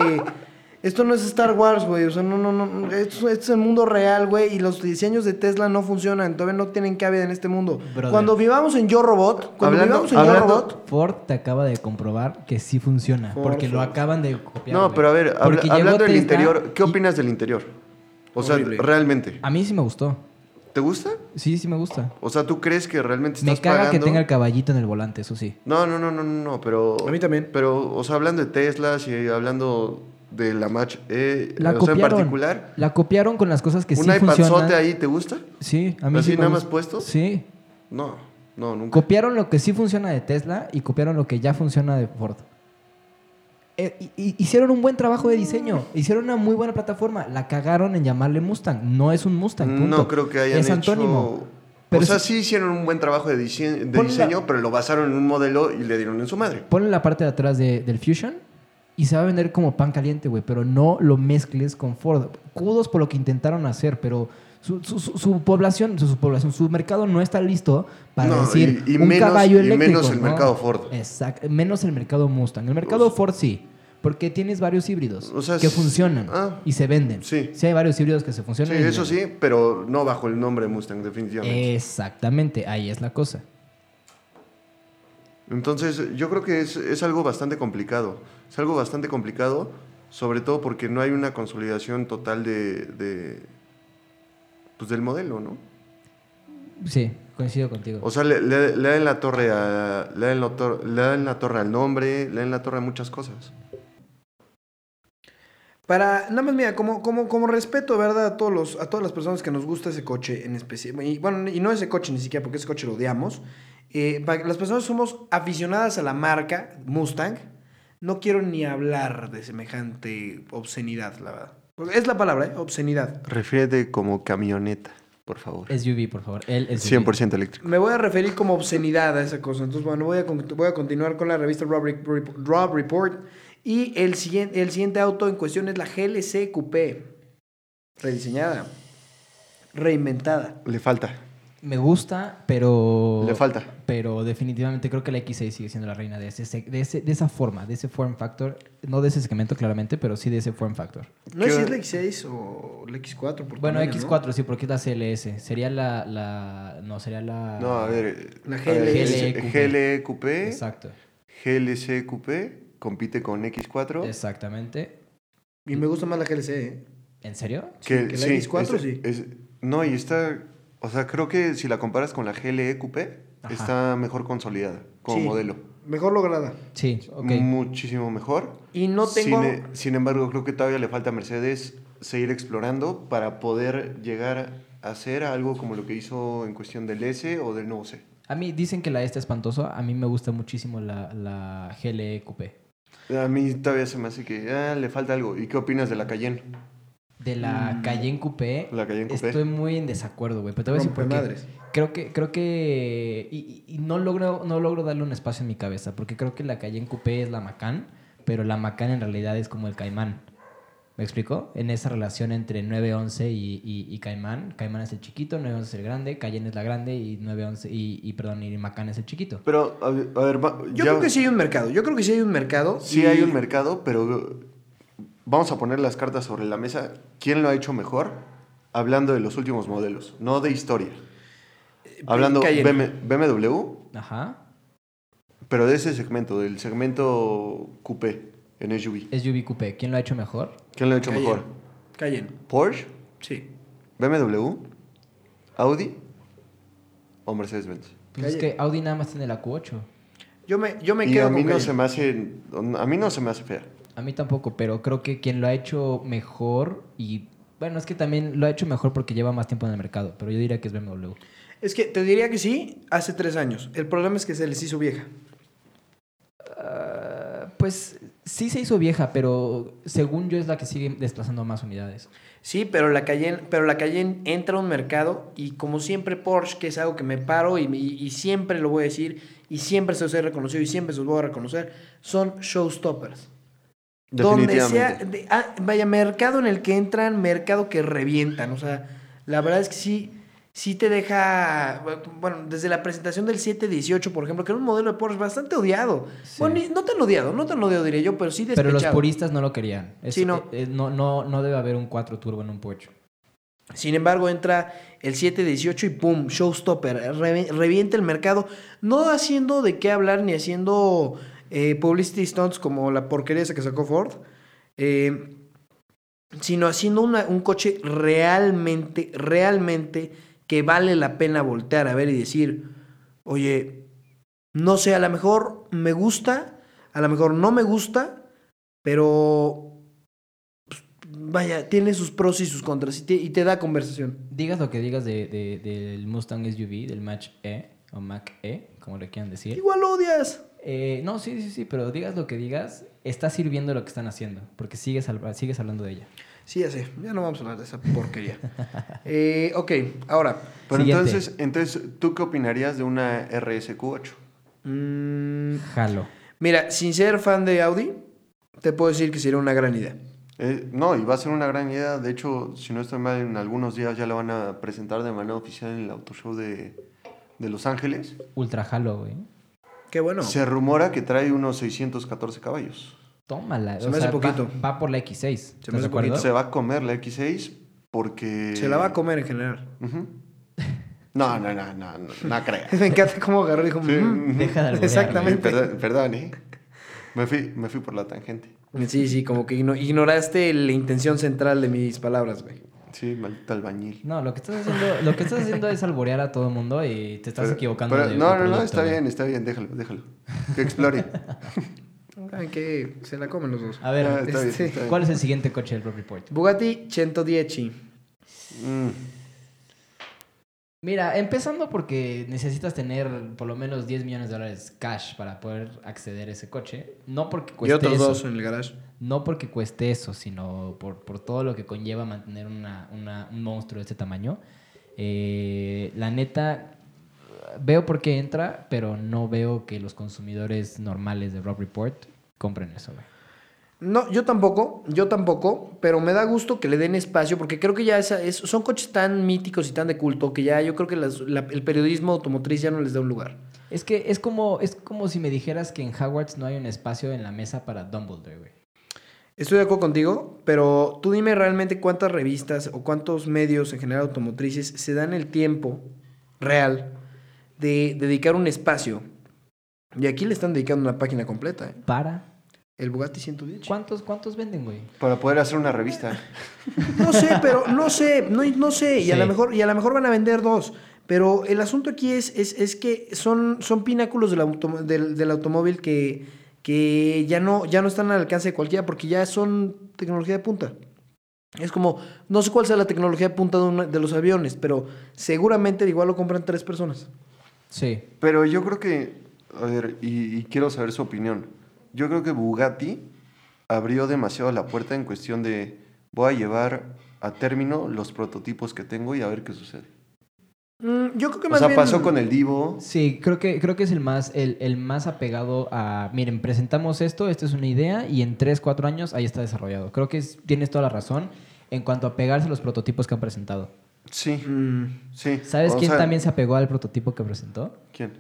esto no es Star Wars, güey, o sea, no, no, no, esto, esto es el mundo real, güey, y los diseños de Tesla no funcionan, todavía no tienen cabida en este mundo.
Brother.
Cuando vivamos en Yo Robot, cuando
Hablando-
vivamos en
hablando-
Yo Robot,
Ford te acaba de comprobar que sí funciona.
Ford,
porque lo
Ford.
acaban de copiar.
No,
güey.
pero a ver, habla-
Porque llegó
hablando del
Tesla
interior, ¿qué
y-
opinas del interior? O sea,
Horrible.
realmente,
A mí sí me gustó.
¿te gusta?
Sí, sí me gusta.
O sea, ¿tú crees que realmente estás
Me caga
pagando?
que tenga el caballito en el volante, eso sí.
No, no, no, no, no, no, pero...
A mí también.
Pero, o sea, hablando de Teslas y hablando de la Match E,
La
o sea, en
copiaron.
particular,
La copiaron con las cosas que
¿un
sí funcionan.
iPadzote ahí te gusta?
Sí, a mí sí
¿Así
me
nada más
gusta.
puesto?
Sí.
No, no, nunca.
Copiaron lo que sí funciona de Tesla y copiaron lo que ya funciona de Ford. Eh, y- y- hicieron un buen trabajo de diseño.
Mm.
Hicieron una muy buena plataforma. La cagaron en llamarle Mustang. No es un Mustang. punto.
No creo que hayan
Es antónimo.
hecho...
Pero
o sea,
sí-
sí hicieron un buen trabajo de, dise- de
Ponla-
diseño, pero lo basaron en un modelo y le dieron en su madre.
Ponle la parte de atrás de- del Fusion y se va a vender como pan caliente, güey. Pero no lo mezcles con Ford. Kudos por lo que intentaron hacer, pero. Su, su- su- su población, su, su población, su mercado no está listo para
No,
decir
y- y
un
menos-
caballo
y menos
eléctrico.
el
¿no?
mercado Ford.
Exacto, menos el mercado Mustang. El mercado
Pues-
Ford sí, porque tienes varios híbridos
O sea,
que
es-
funcionan
ah,
y se venden.
sí.
Sí hay varios híbridos que se
Sí,
funcionan. y se
eso
venden.
sí, pero no bajo el nombre Mustang, definitivamente.
Exactamente, ahí es la cosa.
Entonces, yo creo que es, es algo bastante complicado. Es algo bastante complicado, sobre todo porque no hay una consolidación total de. de, pues del modelo, ¿no?
Sí, coincido contigo.
O sea, le, le- le dan la torre a. Le dan, la tor- le dan la torre al nombre, le dan la torre a muchas cosas.
para, nada más mira, como, como, como respeto, ¿verdad? A, todos los, a todas las personas que nos gusta ese coche en especial, y bueno, y no ese coche ni siquiera, porque ese coche lo odiamos, eh, para las personas que somos aficionadas a la marca Mustang, no quiero ni hablar de semejante obscenidad, la verdad. Porque Es la palabra, ¿eh? Obscenidad.
Refiérete como camioneta, por favor.
SUV, por favor. El SUV.
100% eléctrico.
Me voy a referir como obscenidad a esa cosa. Entonces, bueno, voy a, con- voy a continuar con la revista Rob, Re- Rep- Rob Report. Y el siguiente, el siguiente auto en cuestión es la GLC Coupé. Rediseñada. Reinventada.
Le falta.
Me gusta, pero.
Le falta.
Pero definitivamente creo que la X6 sigue siendo la reina de, ese, seg- de, ese- de esa forma, de ese form factor. No de ese segmento, claramente, pero sí de ese form factor.
No sé si
¿Qué-
es la X6 o la X4. por
Bueno,
tamaño, ¿no?
X4 sí, porque es la CLS. Sería la. la no, sería la.
No, a ver. ¿eh?
La
a
GLE
ver,
Coupé.
GLE Coupé.
Exacto.
GLC Coupé. Compite con X4.
Exactamente.
Y me gusta más la GLC, ¿eh?
¿En serio?
Sí, que la X4
es-
sí.
es- no, y está. O sea, creo que si la comparas con la GLE Coupé,
Ajá.
está mejor consolidada como
Sí.
modelo.
Mejor lograda.
Sí, ok.
Mm. Muchísimo mejor.
Y no tengo...
Sin, e- sin embargo, creo que todavía le falta a Mercedes seguir explorando para poder llegar a hacer algo como lo que hizo en cuestión del S o del nuevo C.
A mí dicen que la esta espantosa. A mí me gusta muchísimo la, la E GLE Coupé.
A mí todavía se me hace que ah, le falta algo. ¿Y qué opinas de la Cayenne?
De la Cayenne Coupé.
La Cayenne Coupé.
Estoy muy en desacuerdo, güey. Pero te voy a decir por qué.
Rompemadres.
Creo que, creo que. Y, y- y no logro, no logro darle un espacio en mi cabeza. Porque creo que la Cayenne Coupé es la Macán, pero la Macán en realidad es como el Caimán. ¿Me explico? En esa relación entre 911 y, y, y Caimán. Caimán es el chiquito, 911 es el grande, Cayenne es la grande y 911 y, y perdón, y Macán es el chiquito.
Pero, a ver, a ver, va-
Yo
ya-
creo que sí hay un mercado. Yo creo que sí hay un mercado.
Sí
y-
hay un mercado, pero vamos a poner las cartas sobre la mesa. ¿Quién lo ha hecho mejor? Hablando de los últimos modelos, no de historia.
eh,
Hablando
Cayenne.
BM- BMW,
Ajá.
pero de ese segmento, del segmento coupé en SUV.
SUV Coupé, ¿quién lo ha hecho mejor?
¿Quién lo ha hecho
Cayenne.
mejor?
Cayenne,
¿Porsche?
sí.
¿BMW? ¿Audi? ¿O Mercedes-Benz?
Pues es
Calle.
que Audi nada más tiene la Q8.
Yo me, yo me
Y
quedo
a
con
mí no
Cayenne.
se me hace, a mí no se me hace fea.
A mí tampoco, pero creo que quien lo ha hecho mejor y bueno, es que también lo ha hecho mejor porque lleva más tiempo en el mercado, pero yo diría que es BMW.
Es que te diría que sí, hace tres años. El problema es que se les hizo vieja.
Pues sí se hizo vieja, pero según yo es la que sigue desplazando más unidades.
Sí, pero la Cayenne, pero la Cayenne entra a un mercado y como siempre Porsche, que es algo que me paro y, y- y siempre lo voy a decir y siempre se los he reconocido y siempre se los voy a reconocer, son showstoppers. Donde sea,
Definitivamente.
de- ah, vaya, mercado en el que entran, mercado que revientan. O sea, la verdad es que sí, sí te deja, bueno, desde la presentación del 718, por ejemplo, que era un modelo de Porsche bastante odiado.
Sí.
Bueno, ni- no tan odiado, no tan odiado diría yo, pero sí
Pero
despechado.
los puristas no lo querían. Es-
Sí, no.
eh, no, no, no debe haber un 4 turbo en un Porsche.
Sin embargo, entra el 7-18 y pum, showstopper, re- revienta el mercado, no haciendo de qué hablar ni haciendo eh, publicity stunts como la porquería esa que sacó Ford, eh, sino haciendo una- un coche realmente, realmente que vale la pena voltear a ver y decir, oye, no sé, a lo mejor me gusta, a lo mejor no me gusta, pero pues, vaya, tiene sus pros y sus contras y te, y te da conversación.
Digas lo que digas de- de- del Mustang SUV, del Match E o Mac E, como le quieran decir.
Igual lo odias.
Eh, no, sí, sí, sí, pero digas lo que digas, está sirviendo lo que están haciendo, porque sigues, al- sigues hablando de ella.
Sí, ya sé, ya no vamos a hablar de esa *laughs* porquería. Eh, ok, ahora.
Pero
Siguiente.
entonces, entonces, ¿tú qué opinarías de una RSQ8?
mm,
Jalo.
mira, sin ser fan de Audi, te puedo decir que sería una gran idea.
Eh, no, y va a ser una gran idea. De hecho, si no estoy mal, en algunos días ya la van a presentar de manera oficial en el Auto Show de, de Los Ángeles.
Ultra jalo, güey.
Qué bueno.
Se rumora que trae unos 614 caballos.
Tómala.
Se
o
me hace
sea, va-
poquito.
Va, por la X6. ¿estás
me hace
de acuerdo?
poquito.
Se va a comer la X6 porque...
Se la va a comer en general. *laughs*
Ujú. No, no, no, no, no, no creo.
Me encanta cómo agarró y dijo,
Sí,
"Mm".
ujú.
Deja de alburearle.
Exactamente.
Perdón, perdón, ¿eh? Me fui, me fui por la tangente.
Sí, sí, como que igno- ignoraste la intención central de mis palabras, güey.
Sí, maldito albañil.
No, lo que estás haciendo, lo que estás haciendo es alborear a todo el mundo y te estás
Pero-
equivocando.
pero-
de-
no,
de
no, no,
producto,
está
güey.
bien, está bien, déjalo, déjalo.
*laughs*
Que explore.
Saben que se la comen los dos.
A ver,
Ah, está bien,
este,
está bien.
¿cuál es el siguiente coche del Rob Report?
Bugatti 110.
Mm,
Mira, empezando porque necesitas tener por lo menos 10 millones de dólares cash para poder acceder a ese coche. No porque
Y
cueste
otros
eso.
dos en el garage.
No porque cueste eso, sino por, por todo lo que conlleva mantener una, una- un monstruo de este tamaño. Eh, la neta, veo por qué entra, pero no veo que los consumidores normales de Rob Report compren eso, güey.
No, yo tampoco, yo tampoco, pero me da gusto que le den espacio porque creo que ya esa- es- son coches tan míticos y tan de culto que ya yo creo que las- la- el periodismo automotriz ya no les da un lugar.
Es que es como, es como si me dijeras que en Hogwarts no hay un espacio en la mesa para Dumbledore, güey.
Estoy de acuerdo contigo, pero tú dime realmente cuántas revistas o cuántos medios en general automotrices se dan el tiempo real de dedicar un espacio. Y aquí le están dedicando una página completa, ¿eh?
¿Para?
El Bugatti 110.
¿Cuántos, cuántos venden, güey?
para poder hacer una revista.
No sé, pero no sé, no, no sé. Y, a
Sí.
lo mejor, y a lo mejor van a vender dos. Pero el asunto aquí es, es, es que son, son pináculos del, autom- del, del automóvil que, que ya, no, ya no están al alcance de cualquiera porque ya son tecnología de punta. Es como, no sé cuál sea la tecnología de punta de, una- de los aviones, pero seguramente igual lo compran tres personas.
Sí.
Pero yo creo que, a ver, y, y quiero saber su opinión. Yo creo que Bugatti abrió demasiado la puerta en cuestión de voy a llevar a término los prototipos que tengo y a ver qué sucede.
Mm, yo creo que
O
más
sea,
bien-
pasó con el Divo.
Sí, creo que, creo que es el más, el, el más apegado a, miren, presentamos esto, esta es una idea y en 3, 4 años ahí está desarrollado. Creo que es- tienes toda la razón en cuanto a pegarse a los prototipos que han presentado.
Sí,
Mm.
sí.
¿Sabes
O
quién
sea,
también se apegó al prototipo que presentó?
¿Quién?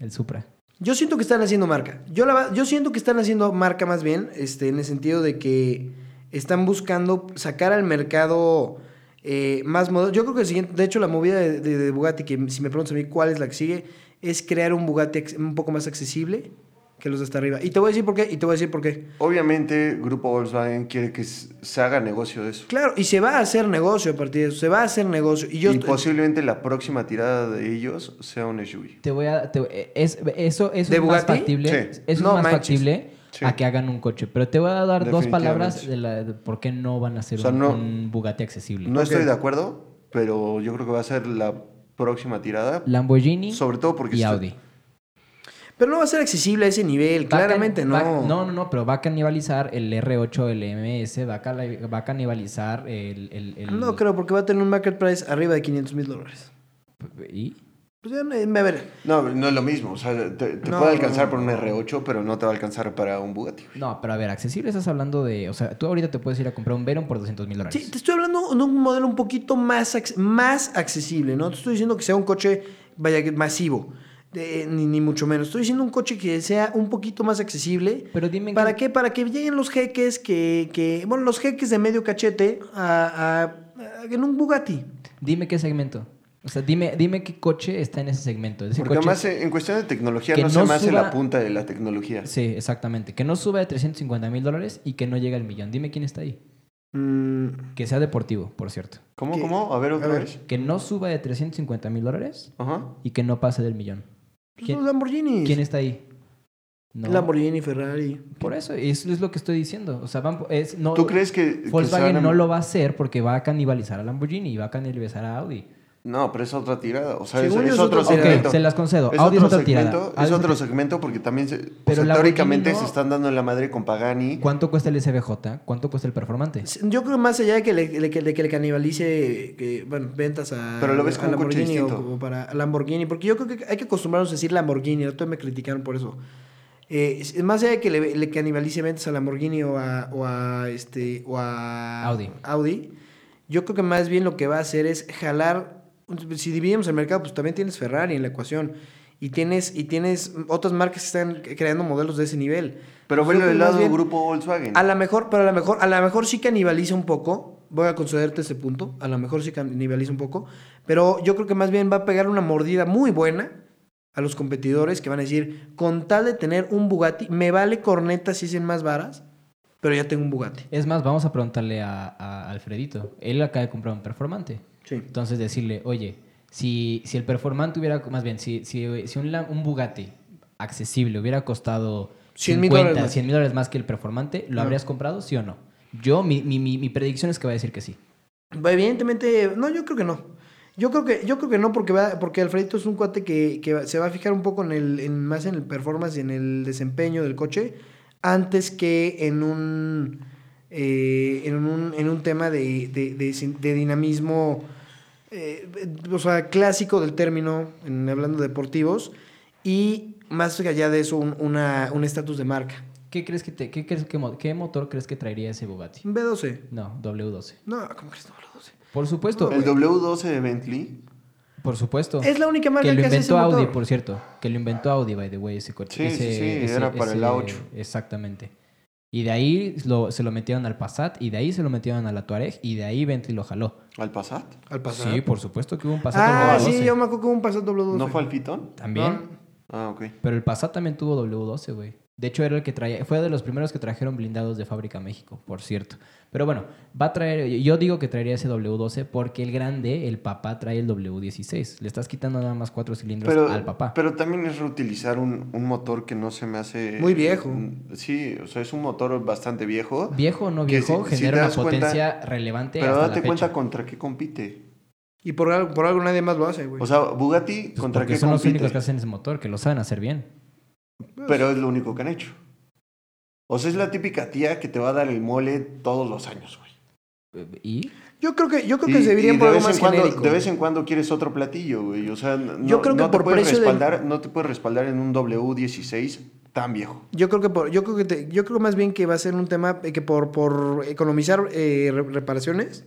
El Supra.
Yo siento que están haciendo marca. Yo, la, va- yo siento que están haciendo marca más bien, este, en el sentido de que están buscando sacar al mercado eh, más modelos. Yo creo que el siguiente, de hecho, la movida de, de- de Bugatti, que si me preguntas a mí cuál es la que sigue, es crear un Bugatti ac- un poco más accesible que los de hasta arriba. Y te voy a decir por qué, y te voy a decir por qué.
Obviamente, Grupo Volkswagen quiere que s- se haga negocio de eso.
Claro, y se va a hacer negocio a partir de eso, se va a hacer negocio. Y yo
y
estoy-
posiblemente la próxima tirada de ellos sea un SUV.
Te voy a. te- es, eso eso
¿De
es más
Bugatti?
factible.
Sí.
Eso
No
es
manches.
más factible
Sí.
a que hagan un coche. Pero te voy a dar dos
Definitivamente.
palabras de, la- de por qué no van a ser
O sea,
un,
no-
un Bugatti accesible.
No estoy de acuerdo, pero yo creo que va a ser la próxima tirada.
Lamborghini
Sobre todo porque...
y
está-
Audi.
Pero no va a ser accesible a ese nivel,
Va a can-
claramente no.
va- no, no, no, pero va a canibalizar el R8, el MS, va a, cala- va a canibalizar el. el- el-
No creo, porque va a tener un market price arriba de 500 mil dólares.
¿Y?
Pues ya, eh, a ver,
No, no es lo mismo. O sea, te, te
No,
puede alcanzar
no.
por un R8, pero no te va a alcanzar para un Bugatti. güey.
No, pero a ver, accesible estás hablando de. O sea, tú ahorita te puedes ir a comprar un Veron por 200 mil dólares.
Sí, te estoy hablando de un modelo un poquito más, acce- más accesible, ¿no? Te estoy diciendo que sea un coche, vaya, que masivo, de- ni, ni mucho menos. Estoy diciendo un coche que sea un poquito más accesible.
Pero dime en
¿Para
qué-
qué? Para que lleguen los jeques que, que bueno, los jeques de medio cachete a, a- a- en un Bugatti.
Dime qué segmento. O sea, dime, dime qué coche está en ese segmento. Ese
Porque
coche-
además eh, en cuestión de tecnología
que
no, se
no
me hace
suba-
la punta de la tecnología.
Sí, exactamente. Que no suba de 350 mil dólares y que no llegue al millón. Dime quién está ahí.
Mm,
Que sea deportivo, por cierto.
¿Cómo,
¿Qué?
cómo? A ver, otra
A ver.
vez.
Que no suba de 350 mil dólares
Ajá.
y que no pase del millón.
pues
¿Quién-
los Lamborghinis.
¿Quién está ahí? No.
Lamborghini, Ferrari.
Por eso, eso es lo que estoy diciendo. O sea, van- es, no,
¿Tú crees que... que se
Volkswagen
van a-
no lo va a hacer porque va a canibalizar a Lamborghini y va a canibalizar a Audi.
No, pero es otra tirada. O sea, es,
Según
es
yo es
otro
otro tirada.
segmento.
Ok, se las concedo.
Es
Audi es
otro
otra tirada.
segmento,
Audi
es
es
otro
otra-
segmento porque también se, o
Pero
sea,
Lamborghini
teóricamente
no-
se están dando en la madre con Pagani.
¿Cuánto cuesta el SBJ? ¿Cuánto cuesta el Performante?
Yo creo más allá de que le, le- que le- que le canibalice que, bueno, ventas a,
Pero lo ves como
a
un coche
Lamborghini o
distinto.
como para Lamborghini, porque yo creo que hay que acostumbrarnos a decir Lamborghini, el otro día me criticaron por eso. Eh, es más allá de que le, le canibalice ventas a Lamborghini o a, o a, este o a
Audi.
Audi, yo creo que más bien lo que va a hacer es jalar si dividimos el mercado, pues también tienes Ferrari en la ecuación y tienes y tienes otras marcas que están creando modelos de ese nivel.
Pero
Yo
velo
creo
del
que más
lado
bien-
grupo Volkswagen.
a lo mejor, pero a lo mejor, a lo mejor sí canibaliza un poco. Voy a concederte ese punto. A lo mejor sí canibaliza un poco. Pero yo creo que más bien va a pegar una mordida muy buena a los competidores que van a decir, con tal de tener un Bugatti, me vale corneta si es más varas, pero ya tengo un Bugatti.
Es más, vamos a preguntarle a, a Alfredito. Él acaba de comprar un Performante.
Sí.
Entonces decirle, oye, si, si el performante hubiera, más bien, si, si, si un, la- un Bugatti accesible hubiera costado
100,000 dólares
50,
más.
100 mil dólares más que el performante, ¿lo
No.
habrías comprado, sí o no? Yo, mi, mi, mi, mi predicción es que va a decir que sí.
Evidentemente, no, yo creo que no. Yo creo que, yo creo que no, porque va, porque Alfredito es un cuate que, que va- se va a fijar un poco en el, en- más en el performance y en el desempeño del coche, antes que en un eh, en un, en un tema de, de- de sin- de dinamismo eh, o sea, clásico del término, en, hablando de deportivos, y más allá de eso, un una- un estatus de marca.
¿Qué crees que te, qué, crees que mo- qué motor crees que traería ese Bugatti?
Un B12.
No, W12.
No, ¿cómo crees? No, B12.
Por supuesto,
el W12 de Bentley.
por supuesto.
Es la única marca
que
que,
lo
hace ese
inventó Audi,
motor.
por cierto. Que lo inventó Audi, by the way, ese coche.
Sí, sí,
Ese-
sí,
ese-
era para el
ese-
A8.
Exactamente. Y de ahí lo- se lo metieron al Passat, y de ahí se lo metieron a la Touareg, y de ahí Bentley lo jaló.
¿Al Passat?
Al pasar.
Sí, por supuesto que hubo un Passat
Ah,
W12.
sí, yo me acuerdo que hubo un Passat W12.
¿No fue al Pitón?
También.
Ah, ok.
Pero el Passat también tuvo W12, güey. De hecho, era el que traía, fue de los primeros que trajeron blindados de fábrica a México, por cierto. Pero bueno, va a traer, yo digo que traería ese W12 porque el grande, el papá, trae el W16. Le estás quitando nada más cuatro cilindros
Pero,
al papá.
pero también es reutilizar un, un motor que no se me hace... Mm,
Muy viejo.
Sí, o sea, es un motor bastante viejo.
Viejo o no
Que
viejo,
si- si te
genera
das
una
cuenta-
potencia relevante
Pero
hasta
date
la
cuenta
fecha.
contra qué compite.
Y por algo, por algo nadie más lo hace, güey.
O sea, Bugatti,
Pues
¿contra
porque
qué
son los
compite?
únicos que hacen ese motor, que lo saben hacer bien.
Pero es lo único que han hecho. O sea, es la típica tía que te va a dar el mole todos los años, güey.
¿Y?
yo creo que, yo creo que
Y-
se
y
dirían por
de
algo
vez
más
en cuando-
genérico.
De vez en cuando quieres otro platillo, güey. O sea, n- no,
Yo creo que
no te
por
puedes
precio de-
respaldar, no te puedes respaldar en un W16 tan viejo.
Yo creo que por, yo creo que te- yo creo más bien que va a ser un tema eh, que por, por economizar eh, re- reparaciones,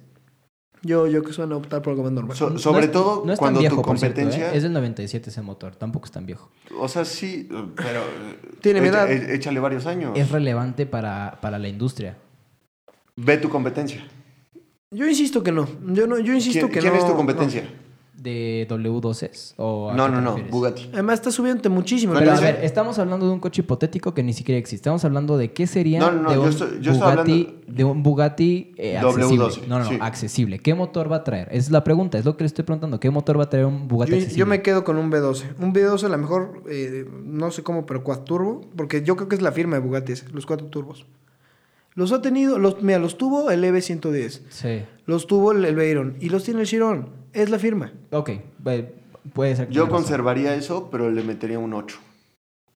yo, yo creo que suena a optar por algo más normal.
So-
No
sobre
es-
todo
no es tan
cuando
viejo,
tu
por cierto, ¿eh?
competencia.
Es del 97 ese motor, tampoco es tan viejo.
O sea, sí, pero.
Tiene mi
echa-
edad.
e- Échale varios años.
Es relevante para, para la industria.
Ve tu competencia.
Yo insisto que no. Yo, no, yo insisto
¿Quién,
que
quién
no.
es tu
no.
competencia?
¿De W12s? ¿O a
No,
qué
no,
te
no,
refieres?
Bugatti.
Además, está subiéndote muchísimo.
Pero a
entonces-
ver, estamos hablando de un coche hipotético que ni siquiera existe. Estamos hablando de qué sería
No, no, no,
de,
yo
un
estoy- yo estoy
Bugatti,
hablando-
de un Bugatti eh, accesible. no,
W12,
no, no,
sí.
accesible. ¿Qué motor va a traer? Esa es la pregunta, es lo que le estoy preguntando. ¿Qué motor va a traer un Bugatti
Yo,
accesible?
yo me quedo con un B12. Un B12 a lo mejor, eh, no sé cómo, pero quad turbo. Porque yo creo que es la firma de Bugatti, ese, los cuatro turbos. Los ha tenido, los, mira, los tuvo el E EV110.
Sí.
Los tuvo el, el Veyron. Y los tiene el Chiron. Es la firma.
Ok, eh, puede ser. que
Yo
tengas razón.
conservaría eso, pero le metería un 8.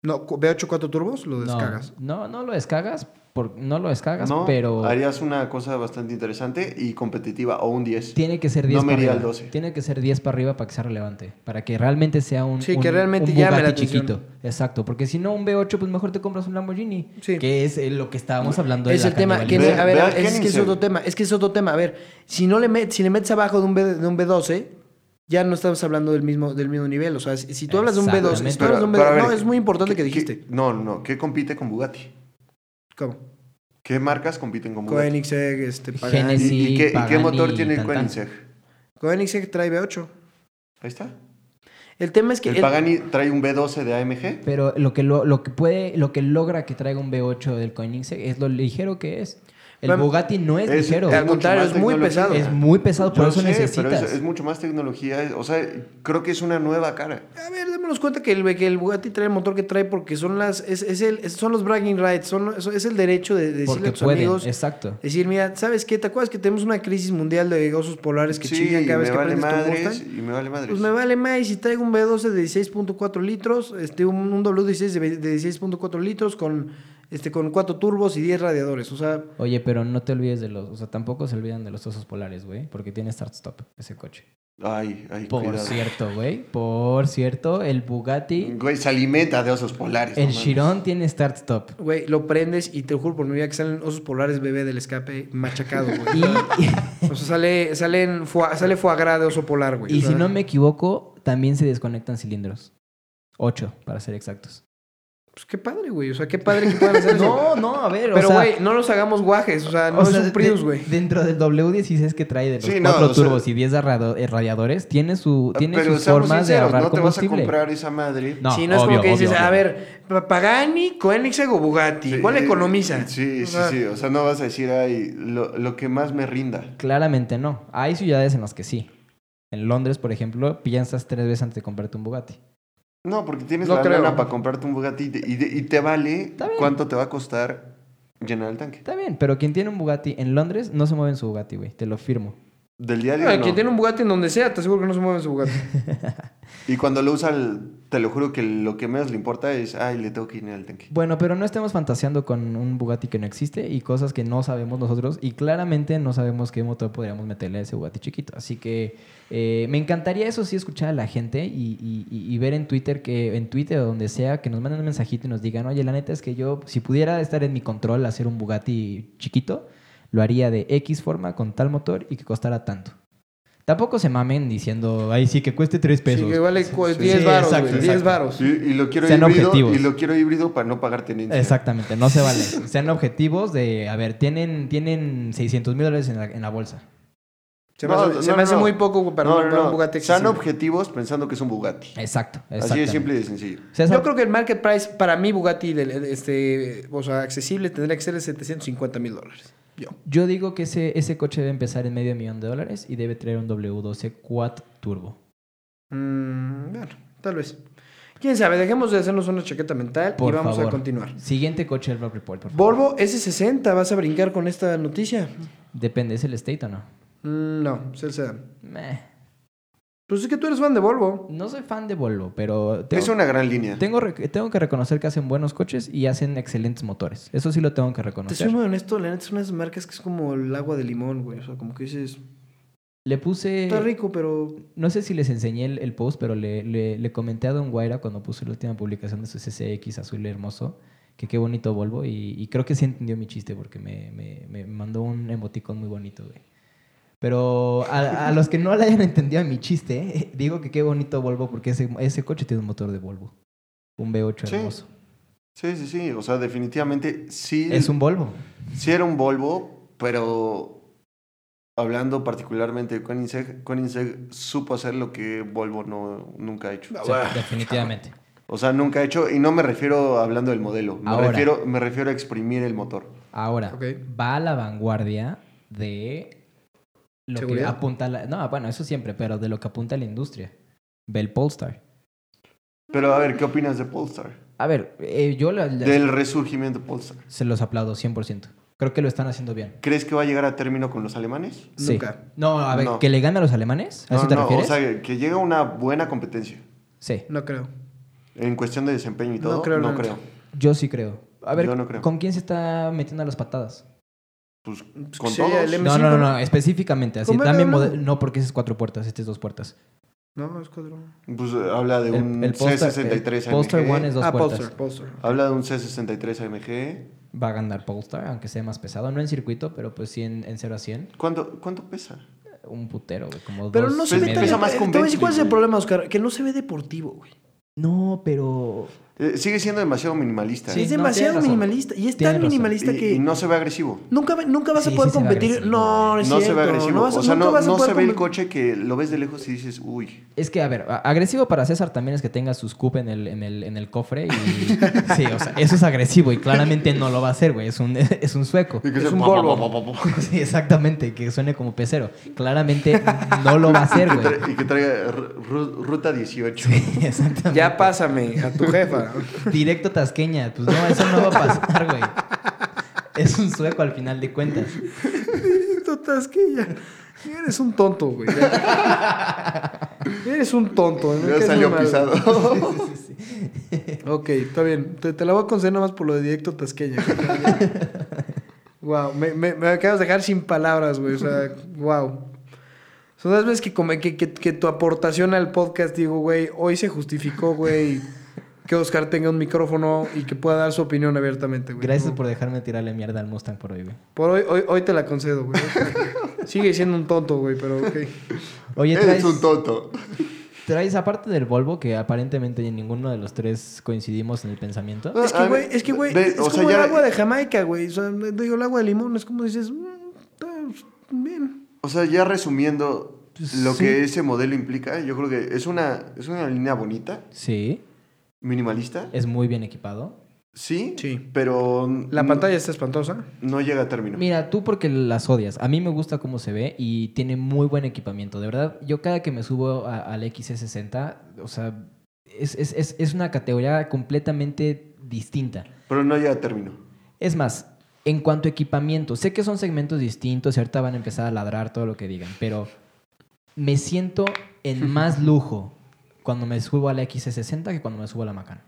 No, cu- V8 cuatro turbos, lo descargas.
No, no, no lo descargas, por, no lo descargas,
No,
pero
harías una cosa bastante interesante y competitiva, o un 10.
tiene que ser
no
10
me
para
iría
arriba.
al 12.
Tiene que ser 10 para arriba para que sea relevante, para que realmente sea un
Sí,
un-
que realmente
un
llame
Bugatti
la atención.
chiquito. Exacto, porque si no un V8 pues mejor te compras un Lamborghini,
Sí.
que es eh, lo que estábamos hablando de
Es
la
el tema. que
canibalización.
es- a ver,
Ve-
a ver,
ve a
es que es
Kenningsen.
otro tema. Es que es otro tema. A ver, si no le metes, si le metes abajo de un, B, de un B12, ya no estamos hablando del mismo, del mismo nivel. O sea, si, si tú hablas de un B12, si tú
Exactamente.
hablas de un
Pero- pero a
B12,
ver,
no, es muy importante
¿Qué-
que dijiste.
qué- no, no, ¿qué compite con Bugatti?
¿Cómo?
¿Qué marcas compiten con Bugatti?
Koenigsegg, este,
Gene-
Pagani.
¿Y- ¿Y,
Sí,
qué, y qué
Pagani,
motor tiene el
tan, tan.
Koenigsegg?
Koenigsegg trae B8.
Ahí está.
El tema es que.
El
el-
Pagani trae un B12 de AMG.
Pero lo que lo, lo que puede, lo que logra que traiga un V8 del Koenigsegg es lo ligero que es. El
Bueno,
Bugatti no es,
es-
ligero.
al
mucho
contrario,
más
es muy
tecnología.
pesado.
Es muy pesado, por
Yo
eso
sé,
necesitas.
Pero es, es mucho más tecnología. es- O sea, creo que es una nueva cara.
A ver, démonos cuenta que el, que el Bugatti trae el motor que trae porque son las es, es el, es- son los bragging rights, son, es- es el derecho de, de decirle
porque
a tus
pueden,
amigos,
exacto.
decir, mira, ¿sabes qué? ¿Te acuerdas que tenemos una crisis mundial de osos polares que
sí,
chingan
y
cada vez
me
que
vale
prendes tu
madres.
Mustang?
Y me vale madres.
Pues me vale más y si traigo un V12 de 16.4 litros, este, un, un W16 de, ve- de 16.4 litros con, este, con 4 turbos y 10 radiadores. O sea,
Oye, pero no te olvides de los, o sea, tampoco se olvidan de los osos polares, güey, porque tiene start stop ese coche.
Ay, ay,
Por
cuidado.
cierto, güey, por cierto, el Bugatti,
Güey, se alimenta de osos polares.
el
no mames.
Chiron tiene start stop.
güey, lo prendes y te juro por mi vida que salen osos polares bebé del escape machacado, güey.
*laughs*
*laughs*
Y,
O sea, sale, salen foie- sale foie gras de oso polar, güey.
y
O
si
sea,
no me equivoco, también se desconectan cilindros. Ocho, para ser exactos.
Pues qué padre, güey. O sea, qué padre que puedan hacer eso.
*laughs* No, no, a ver,
Pero,
o sea,
güey, no los hagamos guajes. O sea, Ah, no
o
es
sea,
un Prius,
de-
güey.
Dentro del W16 que trae de los
Sí, no,
cuatro
o sea-
turbos y 10 radi- eh, radiadores, tiene su tiene
Ah, Pero
sus
seamos
formas de
sinceros,
ahorrar
no te vas a
combustible.
comprar esa madre.
No,
si no es
obvio,
como que dices,
obvio,
a
obvio.
ver, Pa- Pagani, Koenigsegg o Bugatti.
Sí,
¿Cuál
eh,
economiza?
Sí,
O
sí,
sea,
sí. O sea, no vas a decir, ay, lo, lo que más me rinda.
Claramente no. Hay ciudades en las que sí. En Londres, por ejemplo, piensas tres veces antes de comprarte un Bugatti.
No, porque tienes
No
la
creo.
lana para comprarte un Bugatti y te, y de- y te vale
Está bien.
cuánto te va a costar llenar el tanque.
Está bien, pero quien tiene un Bugatti en Londres no se mueve en su Bugatti, güey. Te lo firmo.
Del día a día.
Ah,
no.
Quien tiene un Bugatti en donde sea, te aseguro que no se mueve su Bugatti.
Y cuando lo usa, el- te lo juro que lo que menos le importa es, ay, le tengo que llenar el tanque.
Bueno, pero no estemos fantaseando con un Bugatti que no existe y cosas que no sabemos nosotros y claramente no sabemos qué motor podríamos meterle a ese Bugatti chiquito. Así que eh, me encantaría eso sí escuchar a la gente y, y- y- y ver en Twitter que en Twitter o donde sea que nos manden un mensajito y nos digan, oye, la neta es que yo si pudiera estar en mi control hacer un Bugatti chiquito, lo haría de X forma con tal motor y que costara tanto. Tampoco se mamen diciendo, ay sí, que cueste tres
Sí,
pesos.
que vale cu- 10
Sí,
varos,
exacto,
güey. 10
exacto.
varos.
Y, y lo quiero
Sean
híbrido.
objetivos.
Y lo quiero híbrido para no pagar tenencia.
Exactamente, no se vale. Sean objetivos de, a ver, tienen, tienen 600 mil dólares en la, en la bolsa.
Se me
No,
hace,
no,
se me
no,
hace
no.
muy poco güey, para,
No,
un-
no,
para
no.
un Bugatti
Sean
accesible.
objetivos pensando que es un Bugatti.
Exacto,
Así de
exactamente.
simple y de sencillo.
César,
Yo creo que el market price para mi Bugatti del- este, o sea, accesible tendría que ser de 750 mil dólares. Yo.
yo digo que ese, ese coche debe empezar en medio millón de dólares y debe traer un W12 Quad Turbo.
Mm, bueno, tal vez. Quién sabe, dejemos de hacernos una chaqueta mental
Por
y vamos
favor.
a continuar.
Siguiente coche del Rock Report, por favor.
Volvo S60, ¿vas a brincar con esta noticia?
Depende, ¿es el State o no?
Mm, no, es el sedán.
Meh.
Pues es que tú eres fan de Volvo.
No soy fan de Volvo, pero tengo,
Es una gran línea.
tengo, re- tengo que reconocer que hacen buenos coches y hacen excelentes motores. Eso sí lo tengo que
Te
reconocer.
soy muy honesto, la neta es unas marcas que es como el agua de limón, güey. O sea, como que dices,
Le puse...
está rico, pero
No sé si les enseñé el, el post, pero le, le- le comenté a Don Guaira cuando puso la última publicación de su CCX azul hermoso, que qué bonito Volvo, y, y creo que sí entendió mi chiste porque me, me- me mandó un emoticón muy bonito, güey. Pero a, a los que no le hayan entendido mi chiste, *laughs* digo que qué bonito Volvo porque ese, ese coche tiene un motor de Volvo. Un V8
Sí.
hermoso.
Sí, sí, sí. O sea, definitivamente sí.
Es un Volvo.
Sí era un Volvo, pero hablando particularmente de Koenigsegg, Koenigsegg supo hacer lo que Volvo no, nunca ha hecho.
Sí, definitivamente.
O sea, nunca ha hecho, y no me refiero hablando del modelo, me,
Ahora.
refiero, me refiero a exprimir el motor.
Ahora,
Ok.
va a la vanguardia de lo
Seguridad.
que apunta la... No, bueno, eso siempre, pero de lo que apunta la industria. Ve el Polestar.
Pero a ver, ¿qué opinas de Polestar?
A ver, eh, yo la- la-
Del resurgimiento de Polestar.
se los aplaudo 100%. Creo que lo están haciendo bien.
¿Crees que va a llegar a término con los alemanes?
Sí.
Nunca.
No, a ver,
No.
¿que le gana a los alemanes? ¿A eso
No,
te
no,
refieres?
O sea, que llega una buena competencia.
sí.
No creo.
En cuestión de desempeño y
No
todo, no
creo,
creo.
la neta.
Yo sí creo. A ver,
Yo no creo.
¿con quién se está metiendo a las patadas?
Pues
que
con
sea
todos.
el em- M-
No,
M5,
no, no,
¿no?
no, específicamente. Así,
¿Con
dame
BMW?
model- No, porque ese es cuatro puertas, este es dos puertas.
No, es cuadro.
Pues eh, habla de un
Polestar-
C63
el Polestar
AMG.
One es dos
Ah,
puertas.
Polestar, Polestar.
Habla de un C63 AMG.
Va a ganar Polestar, aunque sea más pesado. No en circuito, pero pues sí en, en 0 a 100.
¿Cuánto, cuánto pesa?
Un putero, güey, como
Pero
dos
no
y
se ve
medio.
tan...
Pesa más
eh,
con
te voy a decir
Bentley,
cuál es el
güey.
problema, Oscar. Que no se ve deportivo, güey.
No, pero...
Eh, sigue siendo demasiado minimalista. ¿eh?
Sí,
es
no, tienes
demasiado
razón.
minimalista. Y es
Tienes
tan
razón.
minimalista
Y-
que...
y no se ve agresivo.
Nunca, va- nunca vas
Sí,
a poder
sí se ve
competir.
agresivo.
No, no es
No se ve
cierto.
agresivo.
No vas a-
o sea,
nunca
no,
vas a
no
poder
se ve el
competir.
coche que lo ves de lejos y dices, uy.
Es que, a ver, a- agresivo para César también es que tenga sus scoop en el, en el, en el cofre. Y, sí, o sea, eso es agresivo y claramente no lo va a hacer, güey. Es un, *laughs* es un sueco.
Y que
Es
sea
un
pa,
Volvo.
pa, pa, pa,
*laughs*
pa.
Sí, exactamente, que suene como pecero. Claramente no lo va a hacer,
Que
güey.
tra- Y que traiga ru- ru- ruta 18.
Exactamente.
Ya pásame a tu *laughs* jefa.
Directo tasqueña. Pues no, eso no va a pasar, güey. Es un sueco al final de cuentas.
Totas que ya. Eres un tonto, güey.
*laughs*
ya. Eres un tonto. ¿no?
Ya
Que es
salió
una-
pisado.
*laughs*
Sí, sí, sí.
Ok, está bien. Te, te la voy a conceder nomás por lo de directo
*laughs*
tasqueña. wow, me, me, me acabas de dejar sin palabras, güey. O sea, wow. Son las veces que, come- que, que- que tu aportación al podcast, digo, güey, hoy se justificó, güey. Que Oscar tenga un micrófono y que pueda dar su opinión abiertamente, güey.
Gracias
No.
por dejarme tirarle mierda al Mustang por hoy, güey.
Por hoy, hoy, hoy te la concedo, güey. Sigue siendo un tonto, güey, pero ok.
Oye,
Eres
traes,
un tonto.
traes, aparte del Volvo, que aparentemente en ninguno de los tres coincidimos en el pensamiento.
Ah,
Es
a
que,
ver,
güey, es que, güey,
ve,
es
o
como
sea, ya-
el agua de Jamaica, güey. O sea, digo, el agua de limón es como dices, "Mm, está bien.
O sea, ya resumiendo
Pues,
lo
sí.
que ese modelo implica, yo creo que es una, es una línea bonita,
Sí,
minimalista.
es muy bien equipado.
Sí,
Sí.
pero n-
La pantalla está espantosa.
no llega a término.
Mira, tú porque las odias. A mí me gusta cómo se ve y tiene muy buen equipamiento. De verdad, yo cada que me subo a- al XC60, o sea, es, es- es- es una categoría completamente distinta.
Pero no llega a término.
Es más, en cuanto a equipamiento, sé que son segmentos distintos y ahorita van a empezar a ladrar todo lo que digan, pero me siento en más lujo cuando me subo a la XC60 que cuando me subo a la Macan.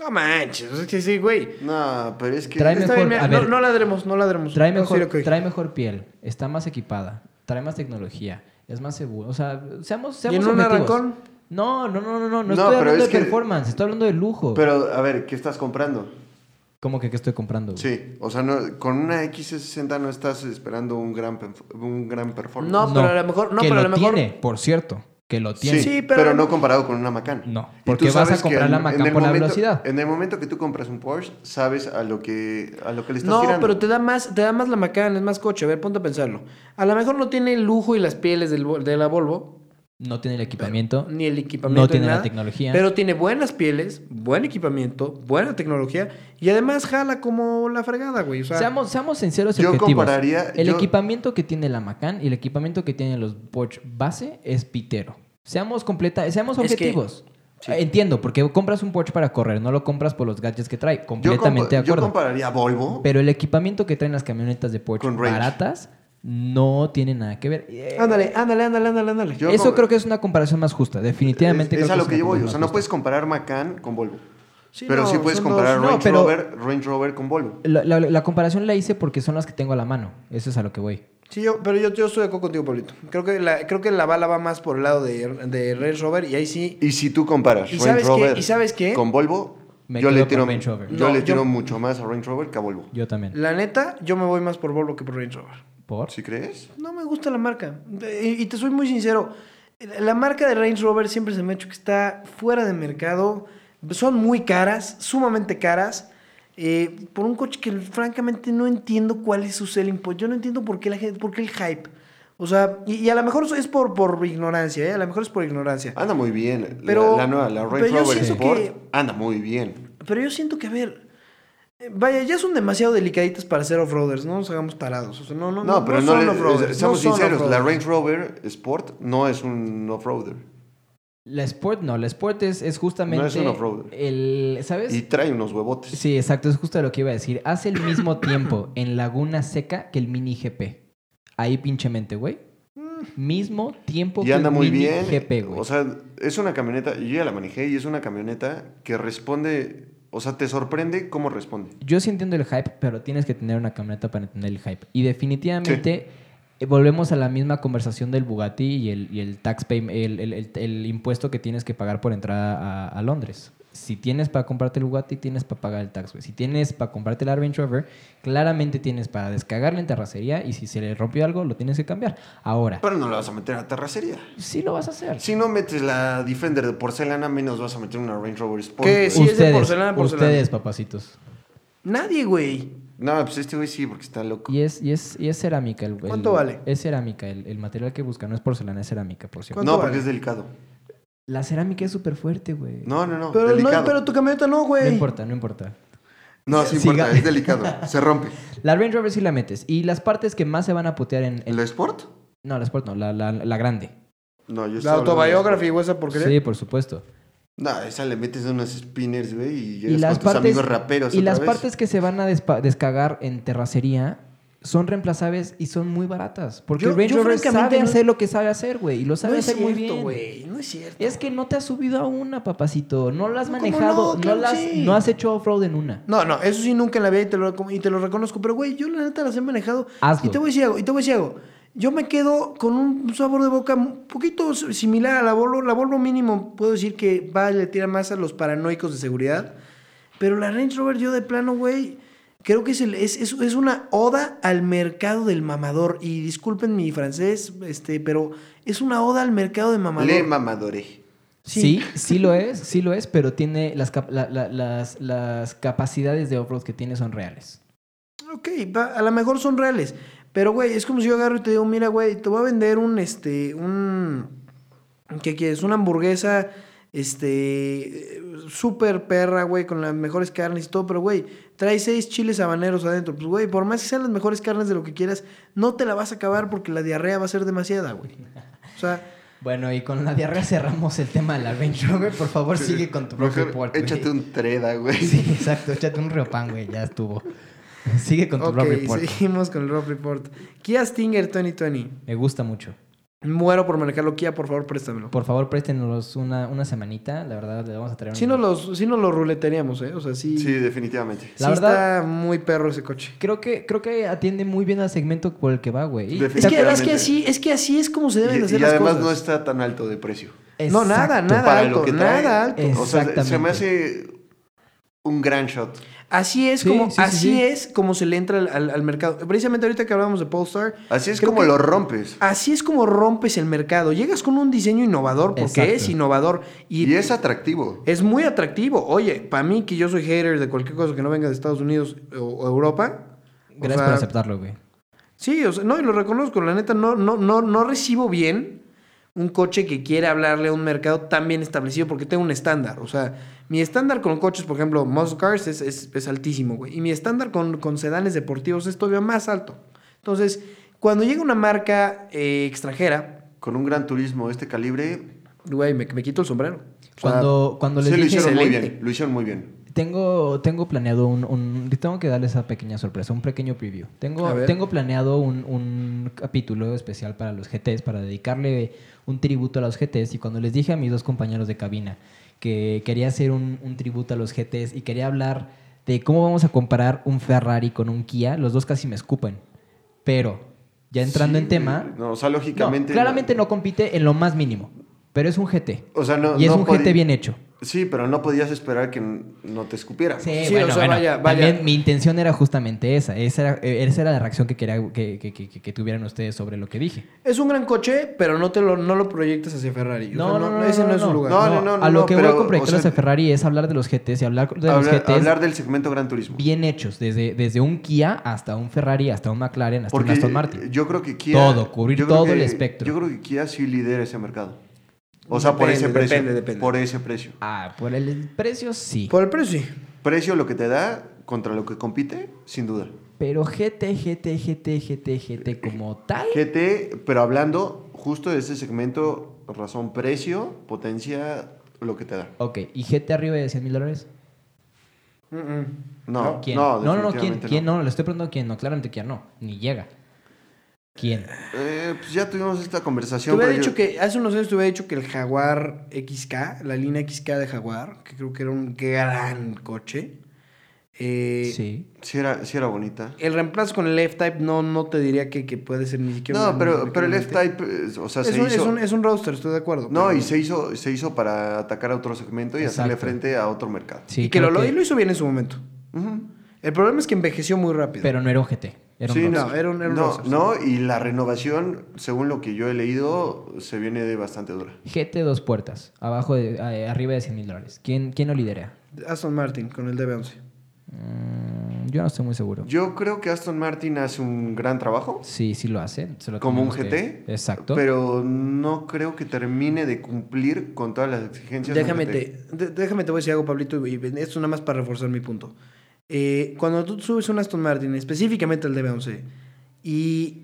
No manches, pues es que sí, güey.
No, pero es que.
Trae
Está
mejor-
bien, mira,
a
no,
ver.
no ladremos, no ladremos.
Trae
Vamos a
mejor,
decir, ok.
trae mejor piel, está más equipada, trae más tecnología, es más seguro. O sea, seamos,
¿Y
seamos
en un
objetivos.
arrancón?
No, no, no, no, no, no,
No,
estoy
pero
hablando
es
de
que-
performance, estoy hablando de lujo.
Pero, a ver, ¿qué estás comprando?
¿Cómo que qué estoy comprando? güey?
Sí, o sea, no- con una X60 no estás esperando un gran, penf- un gran performance.
No, pero a lo mejor- no,
que
pero a
lo
lo mejor-
tiene, por cierto, que lo tiene.
Sí,
Sí, pero-
pero... no comparado con una Macan.
No,
Y
porque
tú
vas a
sabes que
comprar la
en-
Macan
en el
por la
momento-
velocidad.
En el momento que tú compras un Porsche, sabes a lo que, a lo que le estás
No,
tirando.
pero te da más, te da más la Macan, es más coche. A ver, ponte a pensarlo. A lo mejor no tiene el lujo y las pieles del, vol- de la Volvo,
No tiene el equipamiento.
ni el equipamiento.
No tiene
ni
la
nada,
tecnología.
Pero tiene buenas pieles, buen equipamiento, buena tecnología y además jala como la fregada, güey. O sea,
seamos, seamos sinceros y
yo
objetivos.
compararía-
el
yo-
equipamiento que tiene la Macan y el equipamiento que tienen los Porsche base es pitero. Seamos completa, seamos
Es que-
objetivos. Entiendo, porque compras un Porsche para correr, no lo compras por los gadgets que trae.
yo, compa-
Completamente de
yo
acuerdo.
compararía Volvo.
Pero el equipamiento que traen las camionetas de Porsche
Con Range.
baratas no tiene nada que ver. Eh,
ándale, ándale, ándale, ándale, ándale.
Yo
Eso
com-
creo que es una comparación más justa. Definitivamente.
es, es
creo
a lo
es
que yo
una
voy. O sea,
comparación
no
más
puedes comparar Macan con Volvo.
Sí,
pero
no,
sí puedes
son
comparar
dos-
no,
Range,
pero-
Rover, Range Rover con Volvo.
justa. La, la- la comparación la hice porque son las que tengo a la mano. Eso es a lo que voy.
Sí, yo, pero yo, yo estoy de acuerdo contigo, Pablito. Creo que la, creo que la bala va más por el lado de, de Range Rover y ahí sí.
Y si tú comparas
¿Y
Range
sabes qué?
Rover
¿Y sabes qué?
con Volvo,
Me
yo,
quedo
le
con
tiro,
Range Rover.
yo
No,
le
yo-
tiro mucho más a Range Rover que a Volvo.
Yo también.
La neta, yo me voy más por Volvo que por Range Rover.
¿Por?
¿Sí crees?
No me gusta la marca. De- Y, y te soy muy sincero. La marca de Range Rover siempre se me ha hecho que está fuera de mercado. Son muy caras, sumamente caras. eh, por un coche que francamente no entiendo cuál es su selling point. Yo no entiendo por qué, la gente, por qué el hype. O sea, y, y a lo mejor es por, por ignorancia, ¿eh? A lo mejor es por ignorancia.
Anda muy bien. La-
Pero-
la, nueva, la Range
pero yo
Rover
siento
Sport,
que-
anda muy bien.
Pero yo siento que, a ver. eh, Vaya, ya son demasiado delicaditas para ser off-roaders, no nos hagamos tarados. O sea, no, no,
No, pero no,
son
le-
off-roaders, no
seamos
son
sinceros, la
off-roaders.
Range Rover Sport no es un off-roader.
La Sport no, la Sport es, es justamente.
No es un off-roader.
El, ¿Sabes?
Y trae unos huevotes.
Sí, exacto, es justo lo que iba a decir. Hace el mismo
*coughs*
tiempo en Laguna Seca que el Mini GP. Ahí pinchemente, güey. Mismo tiempo
Mm. Y
que
anda
el
muy
Mini
bien.
GP, güey.
O sea, es una camioneta, yo ya la manejé y es una camioneta que responde, o sea, te sorprende cómo responde.
Yo sí entiendo el hype, pero tienes que tener una camioneta para entender el hype. Y definitivamente eh, volvemos a la misma conversación del Bugatti y el, y el tax pay- el, el- el- el impuesto que tienes que pagar por entrar a, a Londres. Si tienes para comprarte el Bugatti, tienes para pagar el tax, güey. Si tienes para comprarte el Arben Rover, claramente tienes para descargarla en terracería y si se le rompió algo, lo tienes que cambiar. Ahora,
Pero no la vas a meter a terracería.
sí lo vas a hacer.
Si no metes la Defender de porcelana, menos vas a meter una Range Rover Sport.
Que
güey.
sí. es de porcelana, porcelana.
ustedes, papacitos.
Nadie, güey.
No, pues este güey sí, porque está loco.
Y es, y es, y es cerámica. El, el-
¿Cuánto vale?
Es cerámica. El, el material que busca no es porcelana, es cerámica, por cierto.
¿Cuánto
No, porque
vale?
es delicado.
La cerámica es súper fuerte, güey. No,
No, no, no.
Pero, no,
delicado. No,
pero tu camioneta no, güey.
importa, no importa.
sí importa,
Siga.
es delicado. Se rompe.
La Range Rover sí la metes. Y las partes que más se van a putear en... en-
¿La Sport?
No, la Sport no, la, la- la grande.
No, yo
La
estaba hablando de la
autobiografía
Sport.
o esa porquería.
Sí, por supuesto.
No, esa le metes unos spinners, güey, y llegas
Y las,
con tus
partes,
amigos raperos.
y
otra
las
vez.
partes que se van a despa- descagar en terracería son reemplazables y son muy baratas. Porque
Yo-
el Range
yo
Rover
francamente
sabe
no-
hacer lo que sabe hacer, güey. Y lo sabe
no es
hacer
cierto,
muy bien.
güey. No es cierto.
Es que no te has subido a una, papacito. No la has
No, ¿cómo
manejado.
no?
No,
Claro
la has-
que sí.
no has hecho off-road en una.
No, no, eso sí nunca en la vida y te lo, y te lo reconozco. Pero, güey, yo la neta las he manejado.
Hazlo.
Y te voy a decir algo, y te voy a decir algo. Yo me quedo con un sabor de boca un poquito s- similar a la Volvo. La Volvo mínimo puedo decir que va y le tira más a los paranoicos de seguridad. Pero la Range Rover yo de plano, güey, creo que es, el, es, es, es una oda al mercado del mamador. Y disculpen mi francés, este, pero es una oda al mercado de mamador.
Le mamadoré.
Sí. sí, lo es, sí lo es, pero tiene las, cap- la- la- las, las capacidades de off-road que tiene son reales.
Ok, va- a lo mejor son reales. Pero, güey, es como si yo agarro y te digo, mira, güey, te voy a vender un, este, un... ¿Qué quieres? Una hamburguesa, este, eh, súper perra, güey, con las mejores carnes y todo. Pero, güey, trae seis chiles habaneros adentro. Pues, güey, por más que sean las mejores carnes de lo que quieras, no te la vas a acabar porque la diarrea va a ser demasiada, güey. O sea,
Bueno, y con la diarrea cerramos el tema de la Range Rover. Por favor, sigue con tu propio
Mejor
report. güey.
Échate un treda,
*laughs*
güey.
Sí, exacto, échate un reopan, güey, ya estuvo. *laughs* Sigue *laughs* con tu
ok,
propio report.
seguimos con el Rob Report. Kia Stinger 2020.
Me gusta mucho.
Muero por manejarlo. Kia, por favor, préstamelo.
Por favor, préstenos una, una semanita. La verdad, le vamos a traer un...
Sí nos, los, sí nos lo ruleteríamos, ¿eh? O sea,
Sí, definitivamente.
La
sí
verdad-
está muy perro ese coche.
Creo que, creo que atiende muy bien al segmento por el que va, güey.
Defi-
Es que además
Definitivamente.
que así, es que así es como se
Y,
deben de hacer
y
las
además
cosas.
no está tan alto de precio.
No, nada,
Exacto.
nada alto, nada alto.
O sea, se
Exactamente.
me hace un gran shot.
Así es
Sí,
como,
sí, sí,
así
sí.
es como se le entra al, al- al mercado. Precisamente ahorita que hablábamos de Polestar,
Así es
Creo
como
que-
lo rompes.
así es como rompes el mercado. Llegas con un diseño innovador, porque
Exacto.
es innovador. Y,
Y es atractivo.
es muy atractivo. Oye, para mí que yo soy hater de cualquier cosa que no venga de Estados Unidos o, o Europa. o
Gracias
sea,
por aceptarlo, güey.
Sí, o sea, no, y lo reconozco, la neta, no, no, no, no recibo bien un coche que quiere hablarle a un mercado tan bien establecido porque tengo un estándar. O sea, mi estándar con coches, por ejemplo, muscle cars es, es- es altísimo, güey. Y mi estándar con, con sedanes deportivos es todavía más alto. Entonces, cuando llega una marca eh, extranjera,
Con un gran turismo de este calibre,
güey, me, me quito el sombrero. O sea,
Cuando, cuando les
sí lo
dije...
hicieron muy
excelente.
bien. Lo hicieron muy bien.
Tengo, tengo planeado un, un- Tengo que darles esa pequeña sorpresa, un pequeño preview.
A
Tengo,
ver.
tengo planeado un, un capítulo especial para los GTs, para dedicarle un tributo a los GTs. Y cuando les dije a mis dos compañeros de cabina que quería hacer un, un tributo a los GTs y quería hablar de cómo vamos a comparar un Ferrari con un Kia, los dos casi me escupen. Pero, ya entrando
Sí,
en tema...
No, o sea,
no,
lógicamente.
claramente no compite en lo más mínimo, pero es un GT.
O sea, no.
y es
no
un
podi-
GT bien hecho.
Sí, pero no podías esperar que n- no te escupiera.
Sí,
Sí,
bueno,
o sea,
bueno,
vaya, vaya.
También mi intención era justamente esa. Esa era, eh, esa era la reacción que quería que, que- que- que tuvieran ustedes sobre lo que dije.
Es un gran coche, pero no te lo, no lo proyectas hacia Ferrari. O
No,
sea,
no, no,
Ese no,
no,
es su
no.
lugar.
No, no, no,
a lo
no,
que voy
pero,
con proyectos
o sea,
de Ferrari es hablar de los GTs y hablar de los
Hablar,
GTs.
hablar del segmento Gran Turismo.
bien hechos, desde, desde un Kia hasta un Ferrari, hasta un McLaren, hasta un
Porque
Aston Martin.
yo creo que Kia...
Todo, cubrir
yo creo
todo el
que-
espectro.
Yo creo que Kia sí lidera ese mercado. O sea, por
Depende,
ese precio.
depende, depende.
Por ese precio.
Ah, por el precio sí.
Por el precio, sí.
Precio lo que te da contra lo que compite, sin duda.
Pero GT, GT, GT, GT, GT como tal.
GT, pero hablando justo de ese segmento, razón, precio, potencia, lo que te da.
Ok, ¿y GT arriba de 100 mil dólares?
Mm-mm.
No, no,
¿Quién? No, no, no, ¿quién?
definitivamente
¿Quién? No, le estoy preguntando quién. No, claramente quién no. Ni llega. ¿Quién?
Eh, pues ya tuvimos esta
Te
conversación.
hubiera
pero
dicho
yo-
que, hace unos años te hubiera dicho que el Jaguar XK, la línea XK de Jaguar, que creo que era un gran coche. eh,
Sí.
Sí era, sí era bonita.
El reemplazo con el F-Type no, no te diría que, que puede ser ni siquiera.
No,
una-
pero, pero el
realmente.
F-Type, eh, o sea,
Es
se
un, es,
hizo...
un, es un roadster, estoy de acuerdo.
No,
pero-
y se hizo, se hizo para atacar a otro segmento y hacerle
Exacto.
frente a otro mercado.
sí
y que lo,
creo
lo- y lo hizo bien en su momento.
Ujú.
El problema es que envejeció muy rápido.
Pero no era un GT. Era un
Sí,
Roadster.
no, era un- era un
no,
Roadster, sí.
no, y la renovación, según lo que yo he leído, se viene de bastante dura.
GT dos puertas. Abajo de, eh, arriba de 100 mil dólares. ¿Quién, ¿Quién lo lidera?
Aston Martin con el DB11.
Mm, yo no estoy muy seguro.
Yo creo que Aston Martin hace un gran trabajo,
Sí, sí lo hacen. se lo
como un
tenemos que-
GT,
Exacto.
pero no creo que termine de cumplir con todas las exigencias. de un
Déjame
GT.
te, de- déjame te voy a decir algo, Pablito, y y esto nada más para reforzar mi punto. Eh, cuando tú subes un Aston Martin, específicamente el DB11, y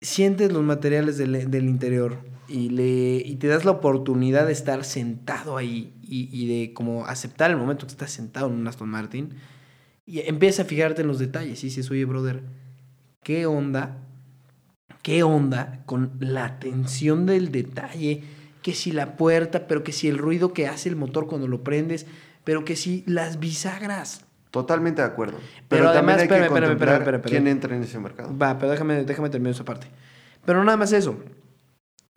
sientes los materiales del, del interior y, le, y te das la oportunidad de estar sentado ahí y, y de como aceptar el momento que estás sentado en un Aston Martin, y empiezas a fijarte en los detalles y dices, oye, brother, ¿qué onda? ¿Qué onda con la atención del detalle? Que si la puerta, pero que si el ruido que hace el motor cuando lo prendes, pero que si las bisagras.
Totalmente de acuerdo. Pero,
Pero
también
además,
hay que
espérame, espérame,
contemplar
espérame, espérame,
quién
espérame.
entra en ese mercado.
Va, pero déjame, déjame terminar esa parte. Pero no nada más eso.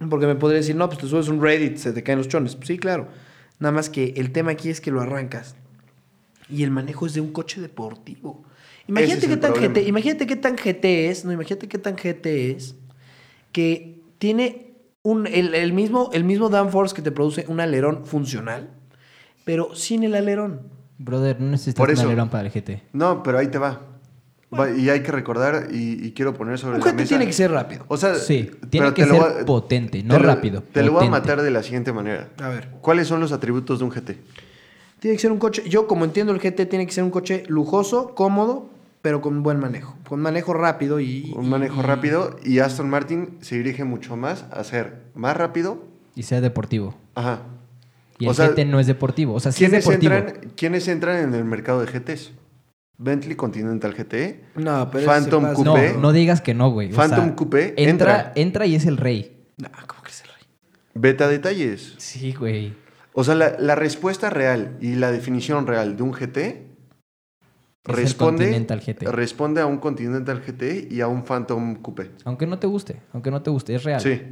Porque me podría decir, no, pues te subes un Reddit, se te caen los chones. Sí, claro. Nada más que el tema aquí es que lo arrancas. Y el manejo es de un coche deportivo. Imagínate
es
qué
el
tan
problema.
GT, imagínate qué tan GT es, no, imagínate qué tan GT es que tiene un, el, el mismo, el mismo downforce que te produce un alerón funcional, pero sin el alerón.
Brother, no necesitas
Por
un
eso.
alerón para el GT.
No, pero ahí te va. Va, y hay que recordar, y, y quiero poner sobre
Un
la
GT
mesa.
tiene que ser rápido.
O sea,
Sí,
pero
tiene
te
que
lo
ser
voy a-
potente,
te
no
lo-
rápido,
Te lo voy a
potente.
matar de la siguiente manera.
A ver.
¿Cuáles son los atributos de un GT?
Tiene que ser un coche, yo como entiendo el GT, tiene que ser un coche lujoso, cómodo, pero con buen manejo. Con manejo rápido y...
Un manejo rápido y Aston Martin se dirige mucho más a ser más rápido.
Y sea deportivo.
Ajá.
Y
O
el
sea,
GT no es deportivo. O sea, sí es
¿Quiénes,
deportivo.
entran, ¿Quiénes entran en el mercado de GTs? Bentley Continental GT,
No, pero...
Phantom
ese se pasa.
No,
Coupé?
no digas que no, güey. O sea,
Phantom Coupé,
entra,
entra.
entra y es el rey.
No, ¿cómo crees el rey?
Beta Detalles.
Sí, güey.
O sea, la, la respuesta real y la definición real de un GT
el
responde,
Continental GT.
responde a un Continental GT y a un Phantom Coupé.
Aunque no te guste, aunque no te guste, es real.
Sí.
Es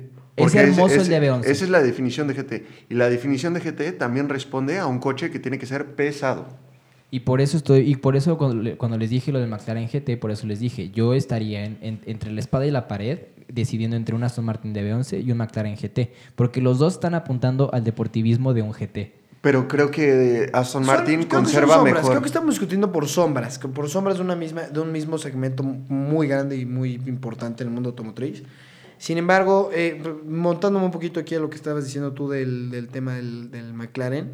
porque
hermoso el DB11.
Esa es la definición de GT. Y la definición de GT también responde a un coche que tiene que ser pesado.
Y por eso estoy, y por eso cuando, le- cuando les dije lo del McLaren GT, por eso les dije, yo estaría en- en- entre la espada y la pared decidiendo entre un Aston Martin DB11 y un McLaren GT, porque los dos están apuntando al deportivismo de un GT.
Pero creo que eh, Aston Martin
Son- creo que son
conserva
sombras,
mejor.
Creo que estamos discutiendo por sombras, que por sombras de, una misma, de un mismo segmento muy grande y muy importante en el mundo automotriz. Sin embargo, eh, montándome un poquito aquí a lo que estabas diciendo tú del, del tema del, del McLaren,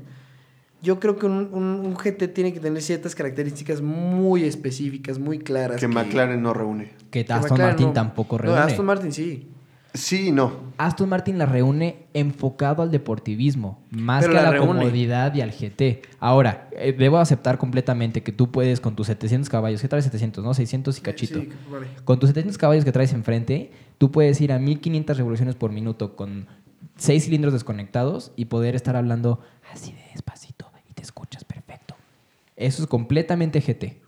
yo creo que un, un- un GT tiene que tener ciertas características muy específicas, muy claras.
que McLaren no reúne.
Que
que
Aston
McLaren
Martin
no-
tampoco
no,
reúne.
Aston Martin sí.
Sí y no.
Aston Martin la reúne enfocado al deportivismo, más
Pero
que a
la
la,
reúne.
comodidad y al GT. Ahora, eh, debo aceptar completamente que tú puedes con tus 700 caballos, ¿qué traes 700, no? 600 y cachito.
Sí, vale.
Con tus 700 caballos que traes enfrente, tú puedes ir a 1500 revoluciones por minuto con 6 cilindros desconectados y poder estar hablando así de despacito y te escuchas perfecto. Eso es completamente GT.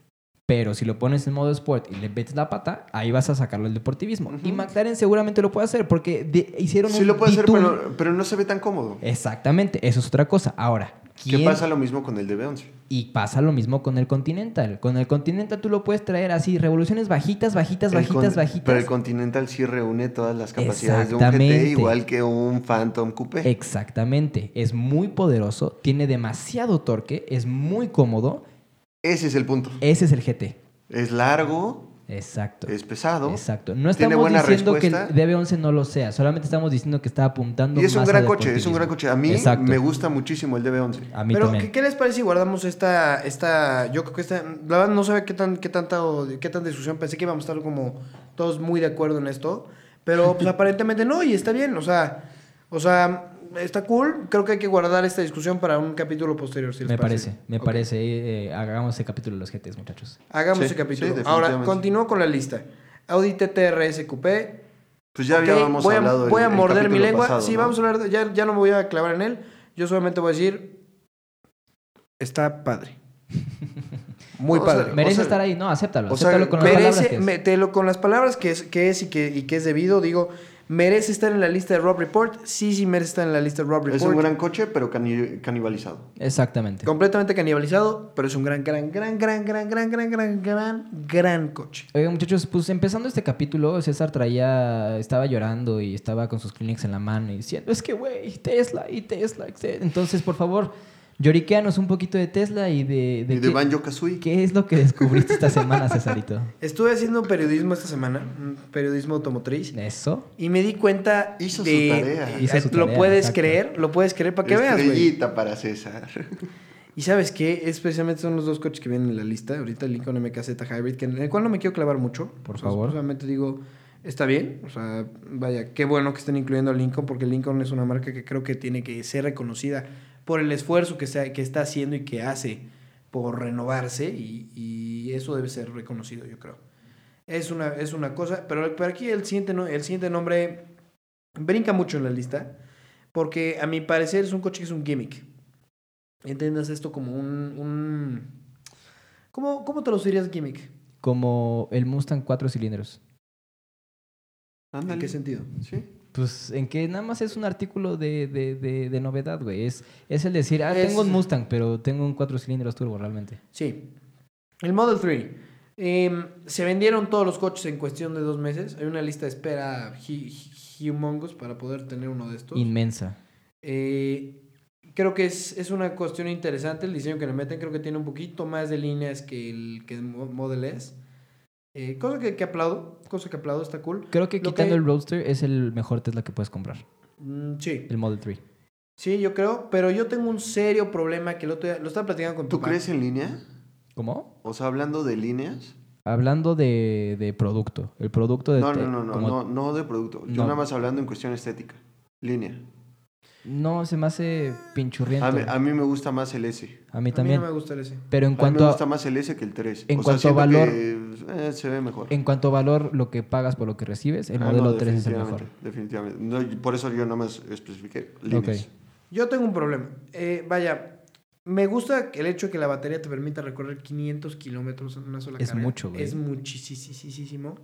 Pero si lo pones en modo sport y le metes la pata, ahí vas a sacarlo del deportivismo. Y McLaren seguramente lo puede hacer porque de- hicieron
Sí
un
lo puede hacer,
detune.
pero, pero no se ve tan cómodo.
Exactamente, eso es otra cosa. Ahora,
Que
¿Quién?
pasa lo mismo con el DB11.
Y pasa lo mismo con el Continental. Con el Continental tú lo puedes traer así, revoluciones bajitas, bajitas,
El con-
bajitas, bajitas.
Pero el Continental sí reúne todas las capacidades de un
Exactamente.
GT, igual que un Phantom Coupé.
Exactamente. Es muy poderoso, tiene demasiado torque, es muy cómodo.
Ese es el punto.
Ese es el GT.
Es largo,
Exacto.
es pesado.
Exacto. No
Tiene
estamos
buena
diciendo
respuesta.
que el DB11 no lo sea, solamente estamos diciendo que está apuntando
Y es un
más
gran
al
coche, es un gran coche. A mí
Exacto.
me gusta muchísimo el DB11.
A mí
Pero,
también.
¿qué, qué les parece si guardamos esta, esta, yo creo que esta, la verdad no sabía qué tan, qué tanta, o- qué tanta discusión, pensé que íbamos a estar como todos muy de acuerdo en esto, pero
*laughs*
pues aparentemente no, y está bien, o sea, o sea, está cool, creo que hay que guardar esta discusión para un capítulo posterior, si les
Me parece, me
Ok.
parece. eh, hagamos ese capítulo de los GTs, muchachos.
Hagamos
Sí,
ese capítulo.
sí,
Ahora,
definitivamente.
continúo con la lista. Audi TTRS Coupé,
Pues ya
Ok,
habíamos
voy a,
hablado el-
voy a
el
morder mi
capítulo
lengua.
pasado,
sí,
¿no?
vamos a hablar. de- ya, ya no me voy a clavar en él. Yo solamente voy a decir. Está padre. Muy
Eh, O sea,
padre.
Merece
sea,
estar ahí, no, acéptalo.
o sea,
acéptalo con las palabras que
merece,
es.
me- te lo- con las palabras que es, que es y, que, y que es debido, digo, merece estar en la lista de Rob Report. Sí, sí, merece estar en la lista de Rob
Es
Report.
un gran coche, pero cani- canibalizado.
Exactamente.
Completamente canibalizado, pero es un gran, gran, gran, gran, gran, gran, gran, gran, gran, gran coche.
Oigan, muchachos, pues empezando este capítulo, César traía, estaba llorando y estaba con sus clinics en la mano y diciendo, es que, güey, Tesla y Tesla. y Tesla". Entonces, por favor, lloriqueanos un poquito de Tesla y de, de qué,
Y de Banjo Kazooie.
qué es lo que descubriste esta semana, Cesarito.
Estuve haciendo periodismo esta semana, mm, periodismo automotriz.
Eso.
Y me di cuenta
Hizo su
de,
tarea.
Hizo su
lo
tarea,
puedes
exacto.
creer, lo puedes creer para que veas, güey.
Estrellita para César.
Y sabes qué, es precisamente son los dos coches que vienen en la lista. Ahorita el Lincoln MKZ Hybrid, que en el cual no me quiero clavar mucho.
Por
O sea,
favor.
Solamente digo, está bien. O sea, vaya, qué bueno que estén incluyendo al Lincoln, porque el Lincoln es una marca que creo que tiene que ser reconocida por el esfuerzo que, está- que está haciendo y que hace por renovarse. Y, y eso debe ser reconocido, yo creo. Es una, es una cosa, pero, pero aquí el siguiente, no- el siguiente nombre brinca mucho en la lista, porque a mi parecer es un coche que es un gimmick. Entiendas esto como un... un- ¿Cómo, ¿Cómo traducirías gimmick?
Como el Mustang cuatro cilindros.
¿En
Ándale.
qué sentido?
Sí.
Pues en que nada más es un artículo de, de- de- de novedad, güey. Es, es el decir, ah,
Es-
tengo un Mustang, pero tengo un cuatro cilindros turbo realmente.
Sí. El Model 3. Em, se vendieron todos los coches en cuestión de dos meses. Hay una lista de espera gi- gi- humongous para poder tener uno de estos.
Inmensa.
Eh, creo que es, es una cuestión interesante el diseño que le meten. Creo que tiene un poquito más de líneas que el que el Mo- Model S. Eh, cosa que, que aplaudo, cosa que aplaudo, está cool.
Creo que
Lo
quitando
que-
el Roadster es el mejor Tesla que puedes comprar.
Mm, sí,
El Model 3.
sí, yo creo, pero yo tengo un serio problema que el otro día- lo estaba platicando con tu
¿Tú crees en línea?
¿Cómo?
O sea, hablando de líneas.
Hablando de, de producto. El producto de...
No,
te-
no, no, no,
como-
no, no de producto. Yo
No.
nada más hablando en cuestión estética. Línea.
No, se me hace pinchurriento.
A mí, a mí me gusta más el S.
también.
A mí no me gusta el ese.
Pero en
A mí me
cuanto a,
gusta más el S que el 3.
en
o
cuanto a
sea, siento
valor-
que, eh, se ve mejor.
en cuanto a valor, lo que pagas por lo que recibes, el
Ah,
modelo
no,
3 es el mejor.
Definitivamente. No, y por eso yo nada más especifiqué líneas.
Ok.
Yo tengo un problema. Eh, vaya, me gusta el hecho de que la batería te permita recorrer 500 kilómetros en una sola
Es
carga.
mucho, güey.
Es muchísimo.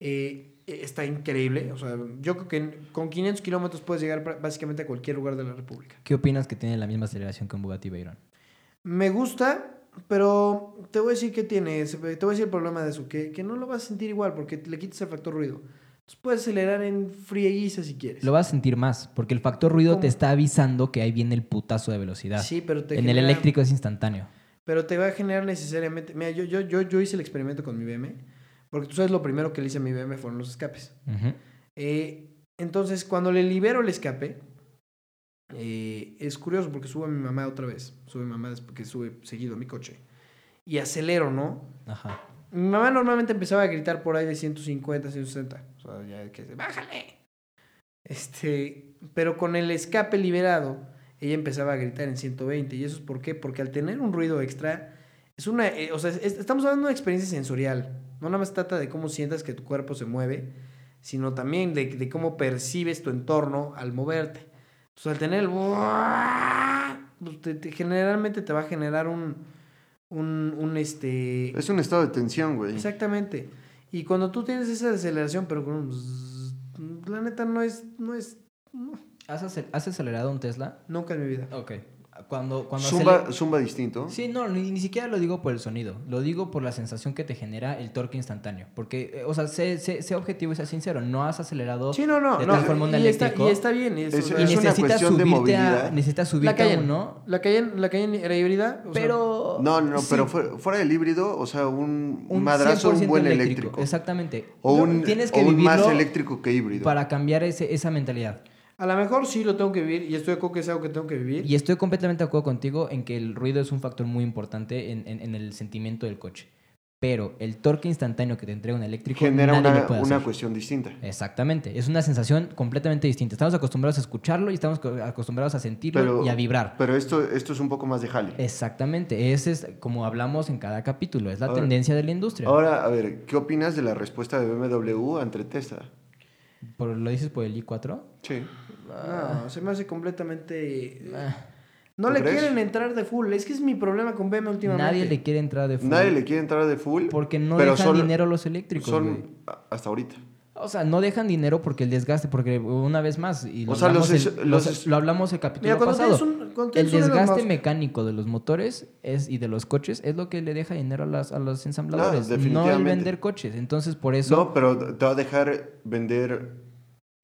eh, está increíble. O sea, yo creo que en- con 500 kilómetros puedes llegar pra- básicamente a cualquier lugar de la República.
¿Qué opinas que tiene la misma aceleración que un Bugatti Veyron?
Me gusta, pero te voy a decir que tiene. ese- Te voy a decir el problema de eso. Que, que no lo vas a sentir igual porque le quitas el factor ruido. Entonces puedes acelerar en frieguiza si quieres.
Lo vas a sentir más, porque el factor ruido
¿Cómo?
te está avisando que ahí viene el putazo de velocidad.
sí, pero te
en el
genera-
eléctrico es instantáneo.
Pero te va a generar necesariamente. Mira, yo, yo, yo, yo hice el experimento con mi BM. Porque tú sabes, lo primero que le hice a mi BM fueron los escapes.
Ujú.
Eh, entonces, cuando le libero el escape, eh, es curioso porque sube mi mamá otra vez. Sube mi mamá después que sube seguido a mi coche. Y acelero, ¿no?
Ajá.
Mi mamá normalmente empezaba a gritar por ahí de 150, 160. O sea, ya que se- ¡bájale! Este, pero con el escape liberado, ella empezaba a gritar en 120. ¿Y eso es por qué? Porque al tener un ruido extra, es una. eh, o sea, es- es- estamos hablando de una experiencia sensorial. No nada más trata de cómo sientas que tu cuerpo se mueve, sino también de, de cómo percibes tu entorno al moverte. Entonces, al tener el. pues, te- te- generalmente te va a generar un. Un, un este.
Es un estado de tensión, güey.
Exactamente. Y cuando tú tienes esa aceleración, pero con un zzz, la neta no es, no es, no,
¿Has, acel- has acelerado un Tesla?
nunca en mi vida.
Ok. Cuando, cuando
Zumba,
acelera-
zumba distinto.
Sí, no, ni, ni siquiera lo digo por el sonido, lo digo por la sensación que te genera el torque instantáneo. Porque, eh, o sea, sé, sé- sé objetivo y sé sincero, no has acelerado
Sí, no, no.
de
no.
tal forma un
y, está,
eléctrico.
y está bien. y es-
Es-
o sea,
y
es una
necesitas
cuestión de
subirte a,
movilidad.
necesitas
la
subirte a
Cayenne,
uno,
La Cayenne, la Cayenne era híbrida. o sea,
pero...
No, no, no,
sí,
pero fue- fuera del híbrido, o sea, un,
un
madrazo, un
100%
buen eléctrico.
Exactamente.
O
No,
un,
Tienes que
o un más
vivirlo
eléctrico que híbrido.
para cambiar ese- esa mentalidad.
a lo mejor sí lo tengo que vivir y estoy de acuerdo que es algo que tengo que vivir.
Y estoy completamente de acuerdo contigo en que el ruido es un factor muy importante en, en- en el sentimiento del coche. Pero el torque instantáneo que te entrega un eléctrico
Genera
nadie
una,
lo puede
una
hacer.
cuestión distinta.
Exactamente, es una sensación completamente distinta. Estamos acostumbrados a escucharlo y estamos co- acostumbrados a sentirlo
Pero-
y a vibrar.
Pero esto, esto es un poco más de jale.
Exactamente, ese es como hablamos en cada capítulo, es la
Ahora-
tendencia de la industria.
Ahora, a ver, ¿qué opinas de la respuesta de BMW ante Tesla?
Por- ¿Lo dices por el i4?
Sí.
No, se me hace completamente.
Ah,
No
¿Tú
le
crees?
quieren entrar de full. Es que es mi problema con BMW últimamente.
nadie le quiere entrar de full
Nadie le quiere entrar de full.
porque no
pero
dejan
son-
dinero los eléctricos. güey.
Son a- hasta ahorita.
O sea, no dejan dinero porque el desgaste, porque una vez más, y lo,
O sea,
hablamos,
los
el,
es- los es-
lo hablamos el capítulo
Mira, cuando
pasado.
tienes un- cuando
el
tienes un Elon
desgaste
Musk-
mecánico de los motores es, y de los coches es lo que le deja dinero a, las, a los ensambladores,
No,
no, el
Ah, definitivamente.
vender coches. Entonces, por eso,
No, pero te va a dejar vender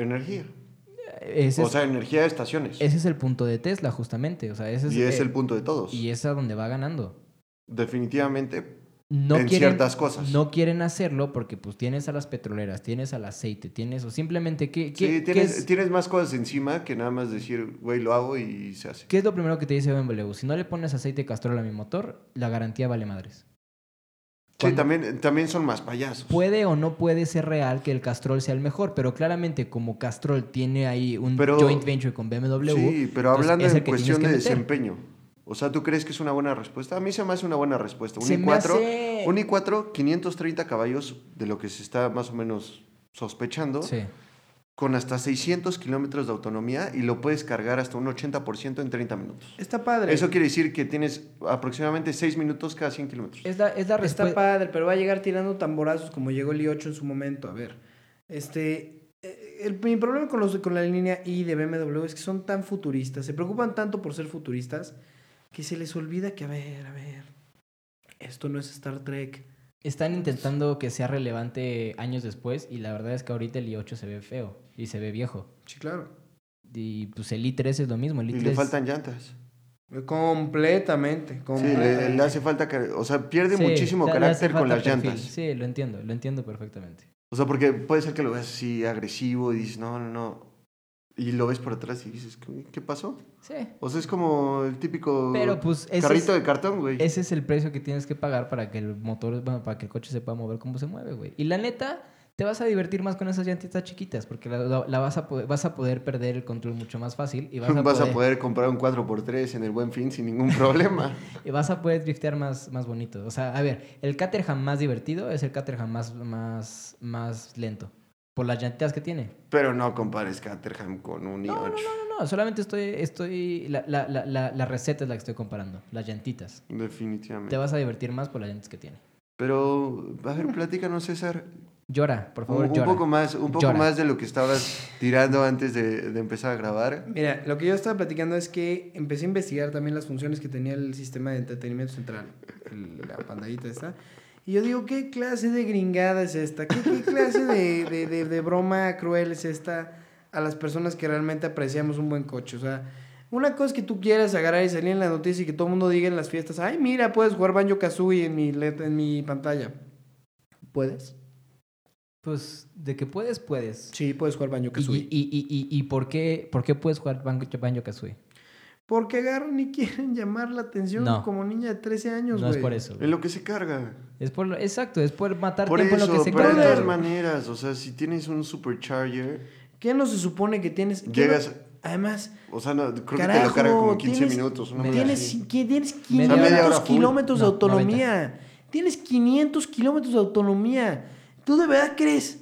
energía.
ese,
O
es,
sea, energía de estaciones.
ese es el punto de Tesla, justamente. O sea, ese es,
y es
eh,
el punto de todos.
y es a donde va ganando.
Definitivamente.
No
En
quieren,
ciertas cosas.
No quieren hacerlo porque pues tienes a las petroleras, tienes al aceite, tienes... O simplemente, ¿qué, qué,
Sí,
qué
tienes,
es-
tienes más cosas encima que nada más decir, güey, lo hago y se hace.
¿Qué es lo primero que te dice BMW? Si no le pones aceite castrol a mi motor, la garantía vale madres.
Sí,
Cuando-
también, también son más payasos.
Puede o no puede ser real que el castrol sea el mejor, pero claramente como castrol tiene ahí un
Pero-
joint venture con BMW.
Sí, pero
entonces
hablando
es el
en
que tienes
cuestión
que
de
meter.
desempeño. O sea, ¿tú crees que es una buena respuesta? A mí se me hace una buena respuesta. Un
Se me
i4,
hace-
un i4, 530 caballos, de lo que se está más o menos sospechando,
Sí.
con hasta 600 kilómetros de autonomía y lo puedes cargar hasta un 80% en 30 minutos.
Está padre.
Eso quiere decir que tienes aproximadamente 6 minutos cada 100 kilómetros.
Es la, es
Está
la respuesta.
padre, pero va a llegar tirando tamborazos como llegó el i8 en su momento. A ver, este. eh, el- mi problema con, los, con la línea I de BMW es que son tan futuristas, se preocupan tanto por ser futuristas, que se les olvida que, a ver, a ver, esto no es Star Trek.
Están intentando que sea relevante años después y la verdad es que ahorita el i8 se ve feo y se ve viejo.
Sí, claro.
Y pues el i3 es lo mismo. El
Y
i3
le faltan llantas.
Eh, Completamente.
Sí, le, le hace falta... car- O sea, pierde
Oh, Sí,
muchísimo
le- le hace
carácter con
falta
las
perfil.
llantas.
Sí, lo entiendo, lo entiendo perfectamente.
O sea, porque puede ser que lo veas así agresivo y dices, no, no, no. Y lo ves por atrás y dices, ¿qué, qué pasó?
Sí.
O sea, es como el típico
Pero pues ese es-
carrito de cartón, güey.
Ese es el precio que tienes que pagar para que el motor, bueno, para que el coche se pueda mover como se mueve, güey. Y la neta, te vas a divertir más con esas llantitas chiquitas porque la, la- la vas, a poder, vas a poder perder el control mucho más fácil
*laughs*
y vas a,
Vas
poder,
a poder comprar un 4x3 en el buen fin sin ningún *laughs* problema.
y vas a poder driftear más, más bonito. O sea, a ver, el Caterham más divertido es el Caterham más, más, más lento por las llantitas que tiene.
Pero no compares Caterham con un
No, no, no,
i8.
no, no, solamente estoy, estoy, la, la, la, la- la receta es la que estoy comparando, las llantitas. Te
Definitivamente.
vas a divertir más por las llantas que tiene.
Pero, a ver, platícanos, César.
Llora, por favor,
Un, un
llora.
poco más, un poco
Llora.
más de lo que estabas tirando antes de, de empezar a grabar.
Mira, lo que yo estaba platicando es que empecé a investigar también las funciones que tenía el sistema de entretenimiento central, el- la pantallita esta. Y yo digo, ¿qué clase de gringada es esta? ¿Qué, qué clase de, de- de- de broma cruel es esta a las personas que realmente apreciamos un buen coche? O sea, una cosa es que tú quieras agarrar y salir en la noticia y que todo el mundo diga en las fiestas, ay, mira, puedes jugar Banjo Kazooie en mi, let- en mi pantalla. ¿Puedes?
Pues de que puedes, puedes.
Sí, puedes jugar Banjo
¿Y,
Kazooie.
y- y- y- y por, qué, por qué puedes jugar Banjo, Banjo Kazooie?
Porque agarran y quieren llamar la atención
No.
como niña de 13
No
años,
es
güey.
por eso. güey.
En lo que se carga.
Es por lo- exacto, es por matar
Por
tiempo en lo
eso,
que se
pero hay
encuentra.
otras maneras. O sea, si tienes un supercharger,
¿Qué no se supone que tienes? ¿Qué
Llegas-
no- Además,
o sea, no, creo que te
Carajo,
lo carga como 15
tienes-
minutos. Una madre
tienes,
así.
qui- tienes
Media hora.
500
Media hora full.
kilómetros de
No,
autonomía. Tienes 500 kilómetros de autonomía. ¿Tú de verdad crees?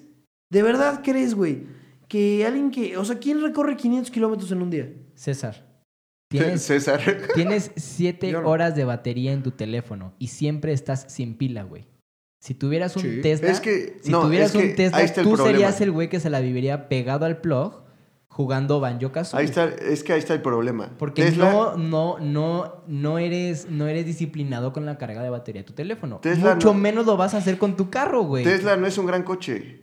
¿De verdad crees, güey? Que alguien que... O sea, ¿quién recorre 500 kilómetros en un día?
César, *laughs* tienes,
*laughs* César.
tienes siete
Yo no.
horas de batería en tu teléfono y siempre estás sin pila, güey. Si tuvieras un
Sí.
Tesla,
Es que-
si
no,
tuvieras
es que
un Tesla,
ahí está el
tú
problema.
serías el güey que se la viviría pegado al plug jugando Banjo Kazooie.
Ahí está, es que ahí está el problema.
Porque
Tesla,
no, no, no, no eres, no eres disciplinado con la carga de batería de tu teléfono.
Tesla
Mucho
no-
menos lo vas a hacer con tu carro, güey.
Tesla no es un gran coche.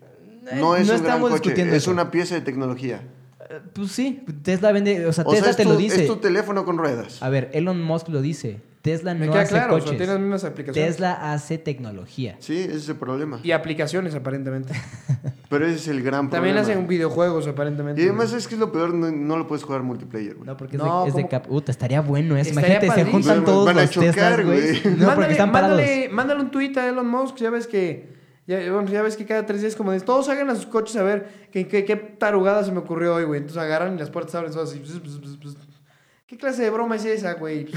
Eh,
No es
no
un gran
estamos
coche.
discutiendo
es
eso.
una pieza de tecnología.
Eh, Pues sí, Tesla vende, o sea,
O sea,
Tesla
es
te
tu,
lo dice.
es tu teléfono con ruedas.
A ver, Elon Musk lo dice. Tesla
Me
no
queda
hace
claro, o sea,
coches.
tiene las mismas aplicaciones.
Tesla hace tecnología.
Sí, ese es el problema.
Y aplicaciones,
*laughs*
aparentemente.
Pero ese es el gran
También
problema.
hacen videojuegos, aparentemente.
Y además es que es lo peor, no, no lo puedes jugar multiplayer, güey.
No, porque es
No,
de, es de
¿cómo?
cap- Uta, estaría bueno eso.
Estaría
Imagínate, se
padrísimo.
juntan
Van-
todos
van a
los
chocar,
Teslas, güey.
güey.
No, porque están parados.
Mándale, mándale un tuit a Elon Musk, ya ves que. Ya, bueno, ya ves que cada tres días, como de todos hagan a sus coches a ver qué, qué, qué tarugada se me ocurrió hoy, güey. Entonces agarran y las puertas abren solas y. bzz, bzz, bzz, bzz. ¿Qué clase de broma es esa, güey? ¿Qué,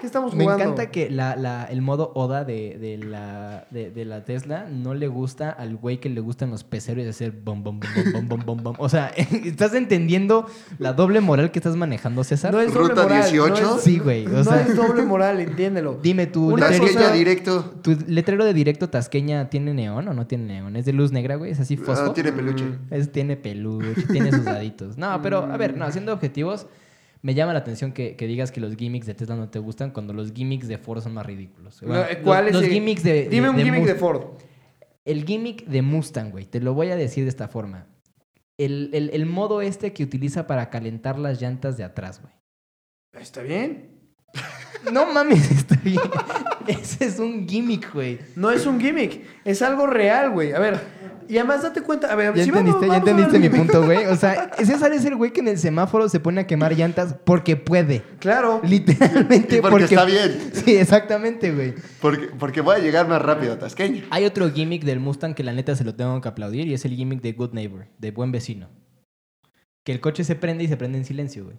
qué estamos
Me
jugando?
encanta que la, la- el modo Oda de, de la, de, de la Tesla no le gusta al güey que le gustan los peceros de hacer bom, bom, bom, bom, bom, bom, bom, bom. O sea, *laughs* ¿estás entendiendo la doble moral que estás manejando, César?
No es doble
¿Ruta
moral,
18?
no es-
Sí, güey, o
No
sea.
es doble moral, entiéndelo.
Dime tu
Una
Tasqueña
letrero,
cosa-
directo.
tu letrero de directo tasqueña, ¿tiene neón o no tiene neón? ¿Es de luz negra, güey? ¿Es así fosfo?
Ah, tiene peluche.
Es- tiene peluche, tiene sus daditos. No, pero a ver,
Mm.
no, siendo objetivos, me llama la atención que, que digas que los gimmicks de Tesla no te gustan cuando los gimmicks de Ford son más ridículos.
No,
Bueno,
¿Cuál
los,
es
los
el-
gimmicks de. de-
Dime un
de
gimmick
Mustang.
de Ford.
El gimmick de Mustang, güey, te lo voy a decir de esta forma. El, el- el modo este que utiliza para calentar las llantas de atrás, güey.
Está bien.
No mames, *laughs* está bien. Ese es un gimmick, güey.
No es un gimmick, es algo real, güey. A ver, y además date cuenta. A ver,
Ya
si vamos-
entendiste, ya
vamos a
entendiste mi
hablar-
punto, güey. O sea, César es el güey que en el semáforo se pone a quemar llantas porque puede.
Claro.
Literalmente
Y porque está bien.
Sí, exactamente, güey.
Porque, porque voy a llegar más rápido a Tasqueña.
Hay otro gimmick del Mustang que la neta se lo tengo que aplaudir y es el gimmick de Good Neighbor, de buen vecino. Que el coche se prende y se prende en silencio, güey.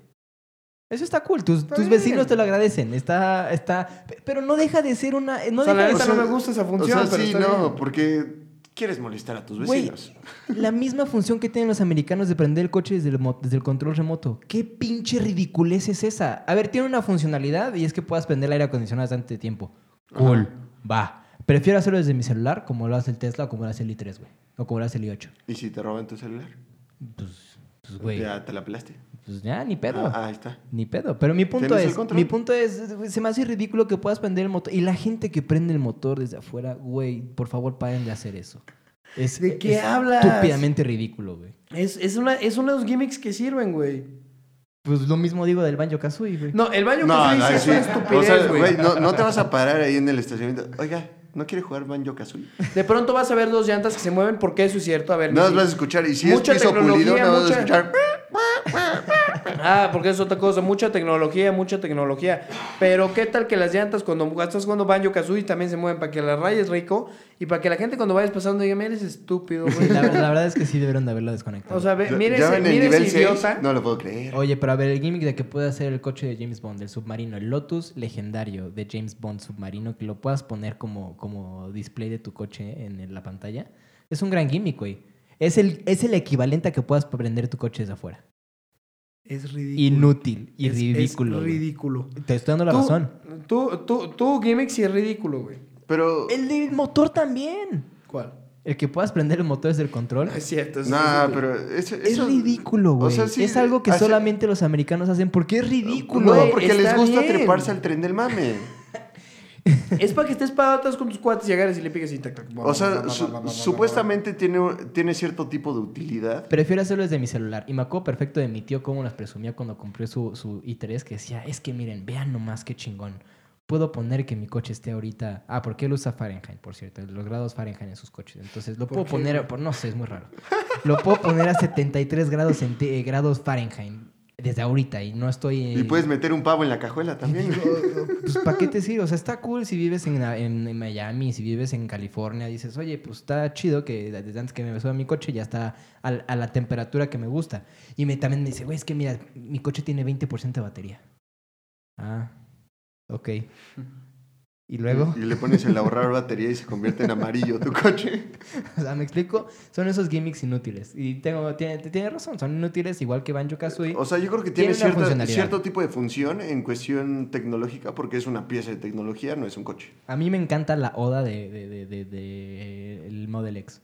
Eso está cool, tus, tus
bien.
vecinos te lo agradecen, está, está, pero no deja de ser una, no
o sea, la
deja de
neta
ser-
no me gusta esa
O
función.
sea,
pero
sí,
está
no,
bien.
porque quieres molestar a tus
Güey.
vecinos.
la misma función que tienen los americanos de prender el coche desde el, mo- desde el control remoto. ¿Qué pinche ridiculez es esa? A ver, tiene una funcionalidad y es que puedas prender el aire acondicionado bastante tiempo. Cool, va. Prefiero hacerlo desde mi celular como lo hace el Tesla o como lo hace el i3, güey. O como lo hace el i8.
¿Y si te roban tu celular?
Pues, pues, güey,
Ya te la pelaste.
pues ya, ni pedo.
Ah, ahí está.
Ni pedo. Pero mi punto
Tienes el
es,
control.
mi punto es, güey, se me hace ridículo que puedas prender el motor. Y la gente que prende el motor desde afuera, güey, por favor, paren de hacer eso. Es,
¿De qué
es
hablas?
Estúpidamente ridículo, güey.
Es, es, una, es uno de los gimmicks que sirven, güey.
Pues lo mismo digo del Banjo Kazooie, güey.
No, el baño
No,
que se
no,
dice es
sí.
una
O sea,
estupidez, güey.
güey, no, no te vas a parar ahí en el estacionamiento. Oiga, ¿no quiere jugar Banjo Kazooie?
De pronto vas a ver dos llantas que se mueven porque eso es cierto. A ver,
Nada más
sí.
vas a escuchar. Y si
Mucha
es piso
tecnología,
pulido, nada más vas a
mucha-
escuchar.
*laughs* Ah, porque es otra cosa. Mucha tecnología, mucha tecnología. Pero qué tal que las llantas cuando estás jugando Banjo Kazooie también se mueven para que la rayes rico y para que la gente cuando vayas pasando diga, mira, eres estúpido,
Sí,
güey.
la, la verdad es que sí debieron de haberlo desconectado.
O sea, ve,
Ya-
mira
ya
ese,
ven el
mira ese
nivel 6.
idiota.
No lo puedo creer.
Oye, pero a ver, el gimmick de que puede hacer el coche de James Bond, el submarino, el Lotus legendario de James Bond submarino, que lo puedas poner como, como display de tu coche en, en la pantalla, es un gran gimmick, güey. Es el, es el equivalente a que puedas prender tu coche desde afuera.
Es ridículo.
Inútil y
Es- es
ridículo. güey.
ridículo.
Te estoy dando la
Tú-
razón.
Tú, tú, tú, gimmick sí es ridículo, güey.
Pero.
El del motor también.
¿Cuál?
El que puedas prender el motor desde el control.
No es cierto. eso es
Nah,
ridículo.
pero. Eso,
Es
eso-
ridículo,
o
güey.
sea, sí,
es algo que
hace-
solamente los americanos hacen porque es ridículo.
No,
Güey,
porque les
está
gusta
bien.
treparse al tren del mame.
Es para que estés parado atrás con tus cuates y agarres y le piques y tac, tac.
O sea, su- supuestamente tiene, un- tiene cierto tipo de utilidad.
Prefiero hacerlo desde mi celular. Y me acuerdo perfecto de mi tío cómo las presumía cuando compré su, su i3, que decía, es que miren, vean nomás qué chingón. Puedo poner que mi coche esté ahorita... Ah, porque él usa Fahrenheit, por cierto. Los grados Fahrenheit en sus coches. Entonces lo puedo
qué,
poner... Por, no sé, es muy raro. Lo puedo poner a 73 grados, centi- eh, grados Fahrenheit desde ahorita y no estoy... eh,
Y puedes meter un pavo en la cajuela también.
pues, ¿para qué te sirve? O sea, está cool si vives en, en- en Miami, si vives en California, dices, oye, pues está chido que desde antes que me suba mi coche ya está al- a, la temperatura que me gusta. Y me, también me dice, güey, es que mira, mi coche tiene 20% de batería. Ah, ok. Y luego,
Y le pones el ahorrar batería y se convierte en amarillo tu coche.
*laughs* o sea, me explico, son esos gimmicks inútiles. Y tengo, tiene, tiene razón, son inútiles, igual que Banjo Kazooie.
O sea, yo creo que
Tiene
tiene,
una
cierta-
funcionalidad.
cierto tipo de función en cuestión tecnológica porque es una pieza de tecnología, no es un coche.
A mí me encanta la oda de, de- de- de- de- el Model X.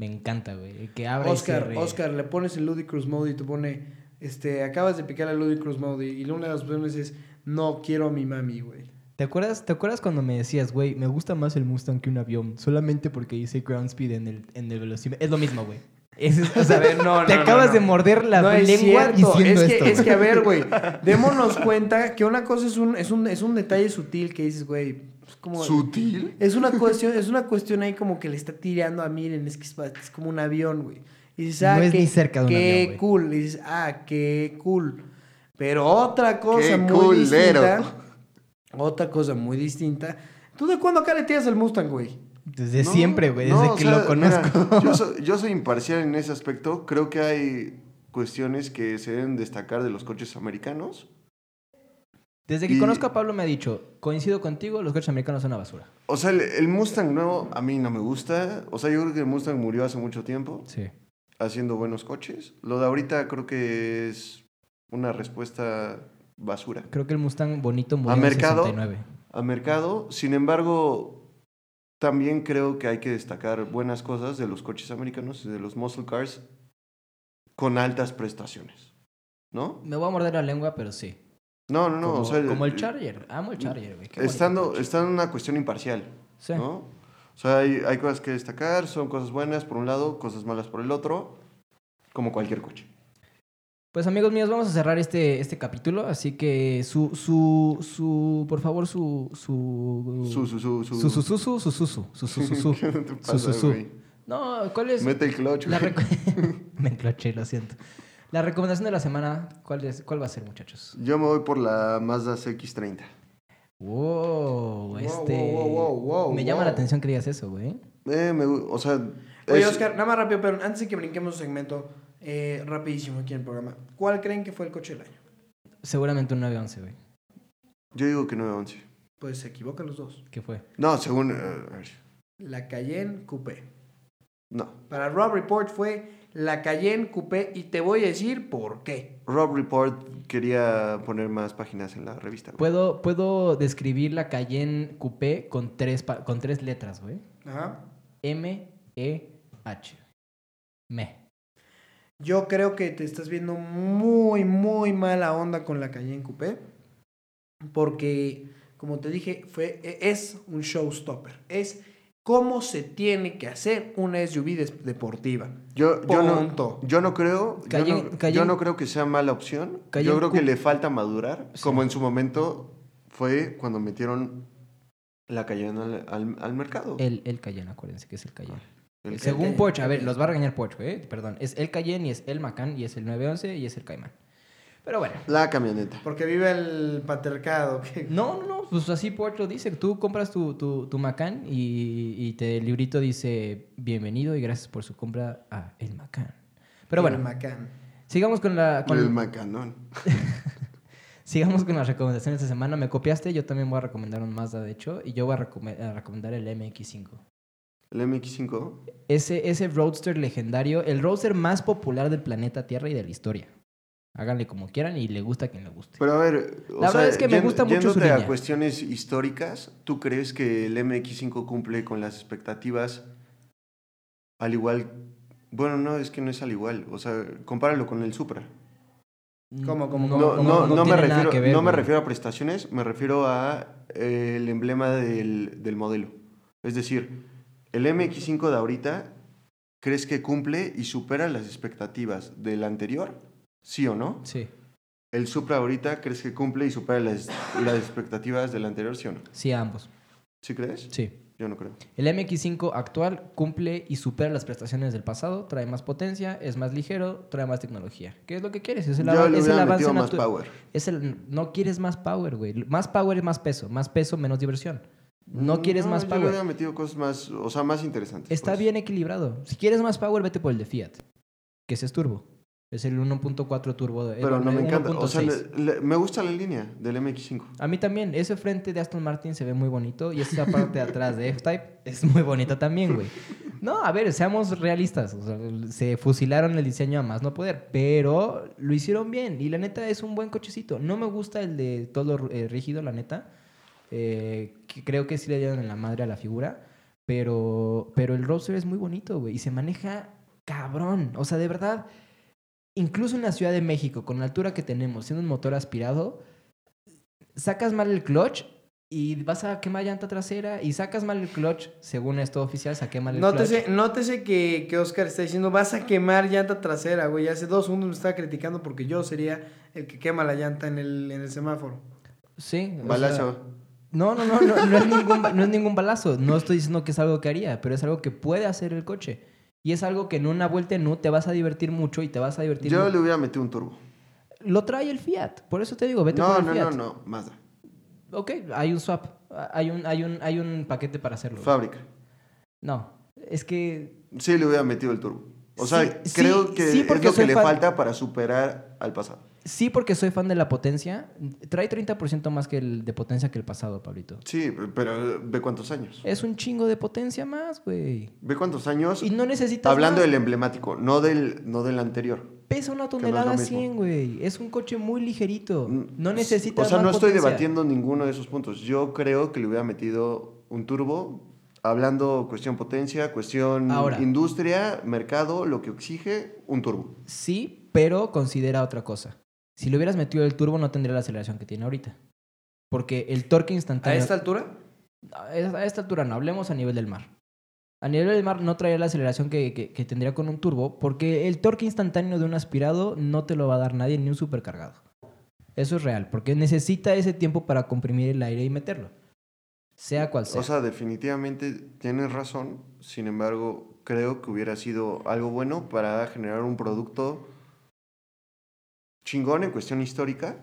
Me encanta, güey. El que abre
Oscar, Oscar, le pones el Ludicrous Mode y te pone, este, acabas de picar el Ludicrous Mode y una de las opciones es, no quiero a mi mami, güey.
¿Te acuerdas, ¿Te acuerdas cuando me decías, güey, me gusta más el Mustang que un avión? Solamente porque hice ground speed en el, en el velocímetro. Es lo mismo, güey. Es- es- o
*laughs*
sea,
A ver, no,
te
no, no,
acabas
no.
de morder la
no es
lengua
cierto.
diciendo
es que,
esto.
Es
güey.
que, a ver,
*laughs*
güey, démonos cuenta que una cosa es un, es un, es un detalle sutil que dices, güey, es como...
¿Sutil?
Es una cuestión, es una cuestión ahí como que le está tirando a miren, es que es, pa- es como un avión, güey. Y dices, ah,
No es
qué,
ni cerca de un
qué
avión, güey.
cool. Y dices, ah, qué cool. Pero otra cosa
Qué
muy
culero.
distinta. Otra cosa muy distinta. ¿Tú de cuándo acá le tiras el Mustang, güey?
Desde
No,
siempre, güey, desde
no, o
que
sea,
lo conozco.
mira,
*laughs*
yo, so- yo soy imparcial en ese aspecto. Creo que hay cuestiones que se deben destacar de los coches americanos.
Desde que
y-
conozco a Pablo me ha dicho, coincido contigo, los coches americanos son una basura.
O sea, el, el Mustang nuevo a mí no me gusta. O sea, yo creo que el Mustang murió hace mucho tiempo
Sí.
haciendo buenos coches. Lo de ahorita creo que es una respuesta basura
Creo que el Mustang bonito murió
¿A
en el
mercado?
69.
al mercado. Sin embargo, también creo que hay que destacar buenas cosas de los coches americanos y de los muscle cars con altas prestaciones. ¿No?
Me voy a morder la lengua, pero sí.
No, no, no.
como,
o sea,
como el Charger. Amo el Charger, güey. Qué bonito
Estando,
coche.
estando en una cuestión imparcial,
Sí.
¿no? O sea, hay, hay cosas que destacar, son cosas buenas por un lado, cosas malas por el otro, como cualquier coche.
Pues amigos míos, vamos a cerrar este, este capítulo, así que su, su, su, por favor, su, su,
Su, su, su, su.
Mm. su, su, su, su, su, su, su, su, su, su.
*laughs*
*laughs*
¿Qué te pasa,
su, su.
güey?
No, ¿cuál es?
Mete el clutch.
La
güey.
reco- *laughs* Me encloché, lo siento. La recomendación de la semana, ¿cuál, es, cuál va a ser, muchachos?
Yo me voy por la Mazda CX-30.
Wow, este...
wow, wow, wow,
Me llama
wow.
la atención que digas eso, güey.
Eh, me gu- o sea...
Oye,
es-
Oscar, nada más rápido, pero antes de que brinquemos un segmento eh, rapidísimo aquí en el programa. ¿Cuál creen que fue el coche del año?
Seguramente un 911, güey.
Yo digo que 911.
Pues se equivocan los dos.
¿Qué fue?
No, según... eh, a ver,
La Cayenne Coupé.
no.
Para Rob Report fue la Cayenne Coupé y te voy a decir por qué.
Rob Report quería poner más páginas en la revista. güey.
Puedo, puedo describir la Cayenne Coupé con tres, pa- con tres letras, güey.
Ajá.
M-E-H. E Me.
Yo creo que te estás viendo muy, muy mala onda con la Cayenne Coupé. Porque, como te dije, fue, e- es un showstopper. Es cómo se tiene que hacer una SUV des- deportiva.
Yo, yo,
Punto.
no, yo no creo yo
Calle-
no- yo, no,
calle-
creo que sea mala opción.
Calle
yo creo que
Cu-
le falta madurar,
Sí.
como en su momento fue cuando metieron la Cayenne al, al- al mercado.
El, el Cayenne, acuérdense que es el Cayenne.
El
Según
Cayenne,
Porsche, a ver,
Cayenne.
los va a regañar Porsche, güey. Perdón. Es el Cayenne y es el Macan y es el 911 y es el Cayman. Pero bueno.
La camioneta.
Porque vive el patercado. *laughs* que-
No, no, no, pues así Porsche lo dice. Tú compras tu, tu, tu Macan y, y te, el librito dice bienvenido y gracias por su compra a el Macan. Pero
El
bueno,
Macan.
sigamos con la... con-
El macanón.
Sigamos con las recomendaciones de semana. Me copiaste, yo también voy a recomendar un Mazda, de hecho, y yo voy a, recome- a recomendar el MX5.
El MX5.
Ese, ese roadster legendario, el roadster más popular del planeta Tierra y de la historia. Háganle como quieran y le gusta a quien le guste.
Pero a ver, o
La verdad
sea,
es que me
yen-
gusta mucho su
yéndote
línea.
a cuestiones históricas, ¿tú crees que el MX5 cumple con las expectativas al igual? Bueno, no, es que no es al igual. O sea, compáralo con el Supra. Pues,
¿Cómo, cómo,
No,
cómo,
no,
No, no,
no
no me
tiene nada
refiero,
que ver,
no me
güey.
refiero a prestaciones, me refiero a eh, el emblema del, del modelo. Es decir, el MX5 de ahorita, ¿crees que cumple y supera las expectativas del anterior? ¿Sí o no?
Sí,
¿El Supra ahorita crees que cumple y supera las, las expectativas del anterior? ¿Sí o no?
sí a ambos.
¿Sí crees?
Sí.
Yo no creo.
El MX5 actual cumple y supera las prestaciones del pasado, trae más potencia, es más ligero, trae más tecnología. ¿Qué es lo que quieres? Es el,
Yo
ava-
le
es el
hubiera
avance
metido más
natu-
power.
Es el, no quieres más power, güey. Más power es más peso. Más peso, menos diversión. No quieres más
Mm, Yo le
power.
hubiera metido cosas más, o sea, más interesantes.
Está
pues.
bien equilibrado. Si quieres más power, vete por el de Fiat. Que ese es turbo. Es el 1.4 turbo. de-
Pero
el
no me encanta. O sea,
1.6.
le- le- me gusta la línea del MX5.
A mí también. Ese frente de Aston Martin se ve muy bonito. Y esa parte de atrás de F-Type es muy bonita también, güey. No, a ver, seamos realistas. O sea, se fusilaron el diseño a más no poder. Pero lo hicieron bien. Y la neta es un buen cochecito. No me gusta el de todo eh, rígido, la neta. Eh, que creo que sí le dieron en la madre a la figura. Pero, pero el roadster es muy bonito, güey. Y se maneja cabrón. O sea, de verdad, incluso en la Ciudad de México, con la altura que tenemos, siendo un motor aspirado, sacas mal el clutch y vas a quemar llanta trasera y sacas mal el clutch, según esto oficial, saqué mal el clutch.
Nótese, nótese que, que Oscar está diciendo, vas a quemar llanta trasera, güey. Hace dos segundos me estaba criticando porque yo sería el que quema la llanta en el, en el semáforo.
Sí. o sea,
Balazo.
No, no, no, no, no es ningún, ba- no es ningún balazo. No estoy diciendo que es algo que haría, pero es algo que puede hacer el coche. Y es algo que en una vuelta en U te vas a divertir mucho y te vas a divertir
Yo
mu-
le hubiera metido un turbo.
Lo trae el Fiat. Por eso te digo, vete
no,
por el
no,
Fiat.
no, no, Mazda.
Ok, hay un swap. Hay un, hay un, hay un paquete para hacerlo.
Fábrica.
No, es que...
Sí le hubiera metido el turbo. O sea,
Sí, sí,
creo que
sí,
es
porque
lo que
soy
le
fan-
falta para superar al pasado.
Sí, porque soy fan de la potencia. Trae 30% más que el de potencia que el pasado, Pablito.
Sí, pero eh, ve cuántos años.
Es un chingo de potencia más, güey.
Ve cuántos años.
Y no necesitas
Hablando
más.
del emblemático, no del, no del anterior.
Pesa una
no es lo
tonelada
mismo. Mm,
100, güey. Es un coche muy ligerito. No necesitas
O sea,
más
no estoy
potencia.
debatiendo ninguno de esos puntos. Yo creo que le hubiera metido un turbo. Hablando cuestión potencia, cuestión
Ahora.
industria, mercado, lo que exige, un turbo.
Sí, pero considera otra cosa. Si le hubieras metido el turbo, no tendría la aceleración que tiene ahorita. Porque el torque
¿A
instantáneo...
esta altura?
a es- a esta altura no, hablemos a nivel del mar. A nivel del mar no traía la aceleración que, que- que tendría con un turbo, porque el torque instantáneo de un aspirado no te lo va a dar nadie ni un supercargado. Eso es real, porque necesita ese tiempo para comprimir el aire y meterlo. Sea cual sea.
O sea, definitivamente tienes razón. Sin embargo, creo que hubiera sido algo bueno para generar un producto chingón en cuestión histórica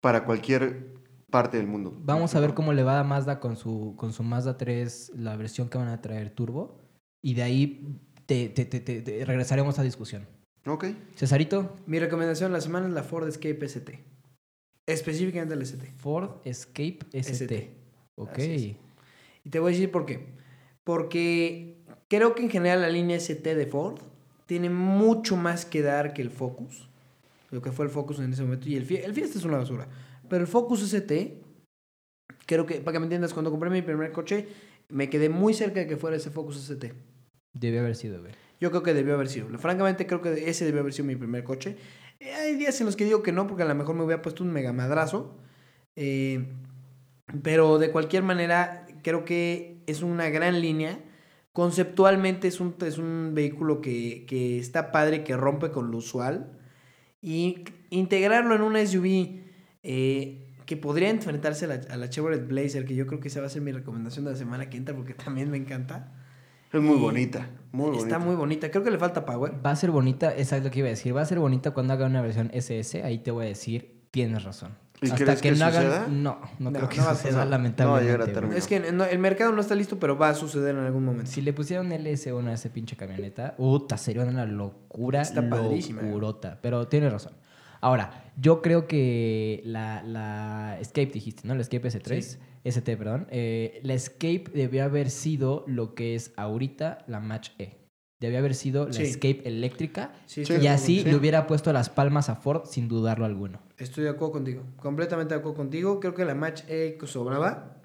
para cualquier parte del mundo.
Vamos a ver cómo le va a Mazda con su, con su Mazda 3, la versión que van a traer turbo. Y de ahí te, te- te- te- te- regresaremos a discusión.
Ok.
Cesarito,
Mi recomendación de la semana es la Ford Escape ST. Específicamente la ST.
Ford Escape ST.
ST.
Ok.
Así Y te voy a decir por qué. Porque creo que en general la línea ST de Ford tiene mucho más que dar que el Focus. Lo que fue el Focus en ese momento. Y el Fiesta, el Fiesta es una basura. Pero el Focus ST, creo que, para que me entiendas, cuando compré mi primer coche, me quedé muy cerca de que fuera ese Focus ST.
Debe haber sido, güey.
Yo creo que debió haber sido. Francamente, creo que ese debió haber sido mi primer coche. Eh, Hay días en los que digo que no, porque a lo mejor me hubiera puesto un mega madrazo. Eh, pero de cualquier manera, creo que es una gran línea. Conceptualmente es un, es un vehículo que, que está padre, que rompe con lo usual. Y integrarlo en una SUV eh, que podría enfrentarse a la, a la Chevrolet Blazer, que yo creo que esa va a ser mi recomendación de la semana que entra, porque también me encanta.
Es muy
Y
bonita. Muy bonita.
Está muy bonita. Creo que le falta power.
Va a ser bonita, exacto lo que iba a decir. Va a ser bonita cuando haga una versión SS. Ahí te voy a decir, tienes razón.
¿Y crees que suceda?
No, no,
No,
creo que
no va a
suceda,
pasar.
lamentablemente.
No, ya era
güey.
término.
Es que no- el mercado no está listo, pero va a suceder en algún momento.
Si le pusieran LS1 a ese pinche camioneta, puta, sería una locura,
Está padrísima.
locurota. Pero tiene razón. Ahora, yo creo que la, la Escape, dijiste, ¿no? La Escape S3,
Sí.
ST, perdón. Eh, la Escape debió haber sido lo que es ahorita la Match E. Debió haber sido la
Sí.
Escape eléctrica.
Sí,
Sí.
estoy
Y
de
así
acuerdo.
le hubiera puesto las palmas a Ford sin dudarlo alguno.
Estoy de acuerdo contigo. Completamente de acuerdo contigo. Creo que la match E sobraba.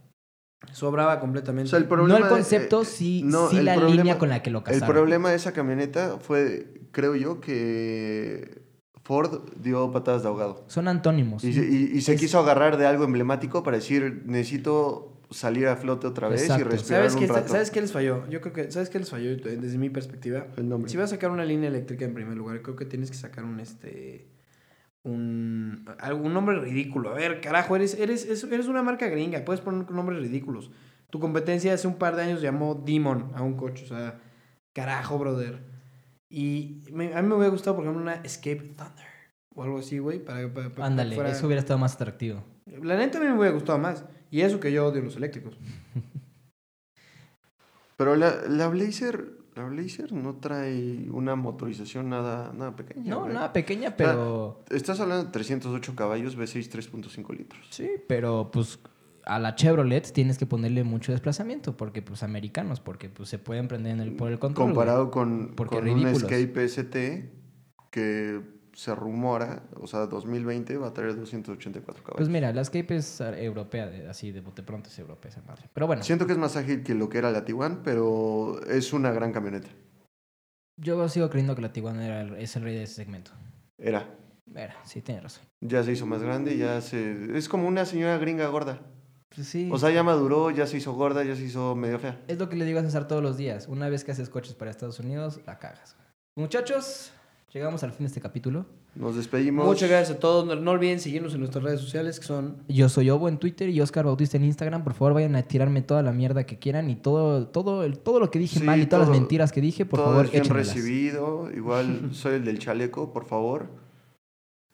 Sobraba completamente.
O sea, el
No
problema
el
de-
concepto,
eh,
sí,
no,
sí
el
la
problema-
línea con la que lo
El
casaron.
problema de esa camioneta fue, creo yo, que Ford dio patadas de ahogado.
Son antónimos.
Y, se- y- y se
Es-
quiso agarrar de algo emblemático para decir, necesito salir a flote otra vez
Exacto.
y respirar
¿Sabes
un
qué,
rato.
¿Sabes qué les falló? Yo creo que. ¿Sabes qué les falló eh, desde mi perspectiva?
El nombre.
Si vas a sacar una línea eléctrica en primer lugar, creo que tienes que sacar un este. Un, algún nombre ridículo. A ver, carajo, eres, eres, es- eres una marca gringa. Puedes poner nombres ridículos. Tu competencia hace un par de años llamó Demon a un coche. O sea, carajo, brother. Y me- a mí me hubiera gustado, por ejemplo, una Escape Thunder. O algo así, güey. Para, para- para- para que
Ándale,
fuera-
eso hubiera estado más atractivo.
La neta a mí me hubiera gustado más. Y eso que yo odio los eléctricos.
Pero la, la Blazer, la Blazer no trae una motorización nada, nada pequeña.
No,
güey.
nada pequeña, pero.
Estás hablando de 308 caballos, V6 3.5 litros.
Sí, pero pues a la Chevrolet tienes que ponerle mucho desplazamiento, porque pues americanos, porque pues se pueden prender en el, por el control. güey.
Comparado con,
Porque
con un
ridículos.
Escape ST que se rumora, o sea, 2020 va a traer 284 caballos.
Pues mira, la Escape es ah, europea, de- así de bote pronto es europea esa madre. Pero bueno,
Siento que es más ágil que lo que era la Tiguan, pero es una gran camioneta.
yo sigo creyendo que la Tiguan era el- es el rey de ese segmento.
Era.
Mira, sí, tienes razón.
Ya se hizo más grande, ya se... Es como una señora gringa gorda.
Pues sí.
O sea, ya maduró, ya se hizo gorda, ya se hizo medio fea.
Es lo que le digo a César todos los días. Una vez que haces coches para Estados Unidos, la cagas. Muchachos, llegamos al fin de este capítulo.
Nos despedimos.
Muchas gracias a todos. No, no olviden seguirnos en nuestras redes sociales que son
Yo soy Obo en Twitter y Oscar Bautista en Instagram. Por favor, vayan a tirarme toda la mierda que quieran y todo, todo, el- todo lo que dije
Sí,
mal y todas las
todo-
mentiras que dije, por
Todo
favor,
es bien
échenmelas.
recibido.
*laughs*
Igual soy el del chaleco, por favor.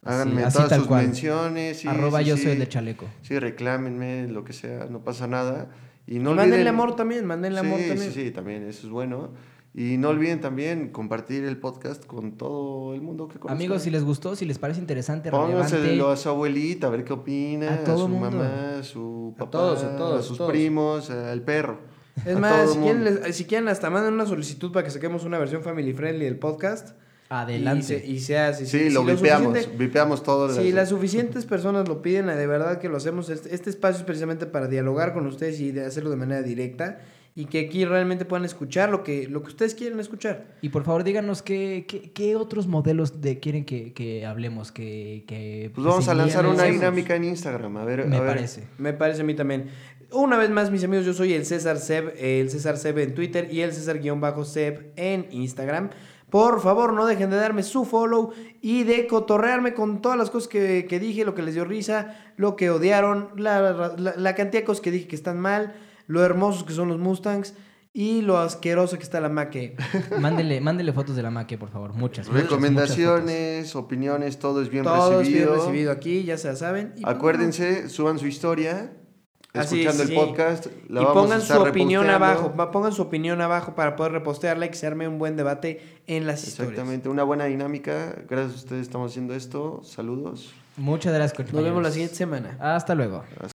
Así-
Háganme
así
todas
tal
sus
cual.
menciones. sí,
Arroba
sí,
yo
sí.
soy el de chaleco.
Sí, reclámenme, lo que sea, no pasa nada. Y no
Mándenle
olviden-
amor también, mándenle amor
sí,
también.
Sí, sí, también, eso es bueno. Y no olviden también compartir el podcast con todo el mundo que conozcan.
Amigos, si les gustó, si les parece interesante, relevante,
Pónganselo a su abuelita, a ver qué opina,
A
a,
todo
su
mundo.
mamá, a su
A
papá, a,
todos, a todos,
sus
todos.
primos, al perro.
Es
a
más,
todo
si quieren,
mundo.
les- si quieren hasta manden una solicitud para que saquemos una versión family friendly del podcast. Y,
adelante.
se- y sea si,
Sí,
si
lo
lo
vipeamos,
suficiente-
vipeamos todo.
Si las suficientes personas lo piden, la de verdad que lo hacemos. Este, este espacio es precisamente para dialogar con ustedes y de hacerlo de manera directa. Y que aquí realmente puedan escuchar lo que, lo que ustedes quieren escuchar.
Y por favor, díganos qué, qué, qué otros modelos de quieren que, que hablemos, que, que
Pues vamos a lanzar una
reseñemos.
dinámica en Instagram, a ver.
Me
a ver. *laughs*
parece.
Me parece a mí también. Una vez más, mis amigos, yo soy el César Seb, eh, el César Seb en Twitter y el César-Seb en Instagram. Por favor, no dejen de darme su follow y de cotorrearme con todas las cosas que, que dije, lo que les dio risa, lo que odiaron, la, la- la cantidad de cosas que dije que están mal, lo hermosos que son los Mustangs y lo asqueroso que está la
*laughs*
Maque.
Mándele, mándele fotos de la maque, por favor. Muchas. muchas, muchas
Recomendaciones, opiniones, todo es bien
Todo es
recibido.
bien recibido aquí, ya se la saben. Y pues
Acuérdense, suban su historia,
Así es,
escuchando
sí.
el podcast. La
y
vamos a
pongan su
estar
opinión
reposteando.
abajo, pa- pongan su opinión abajo para poder repostearla y que se arme un buen debate en las historias.
Exactamente, una buena dinámica. Gracias a ustedes estamos haciendo esto. Saludos.
fotos. Muchas gracias,
Nos vemos la
compañeros.
siguiente semana.
Hasta luego.
Hasta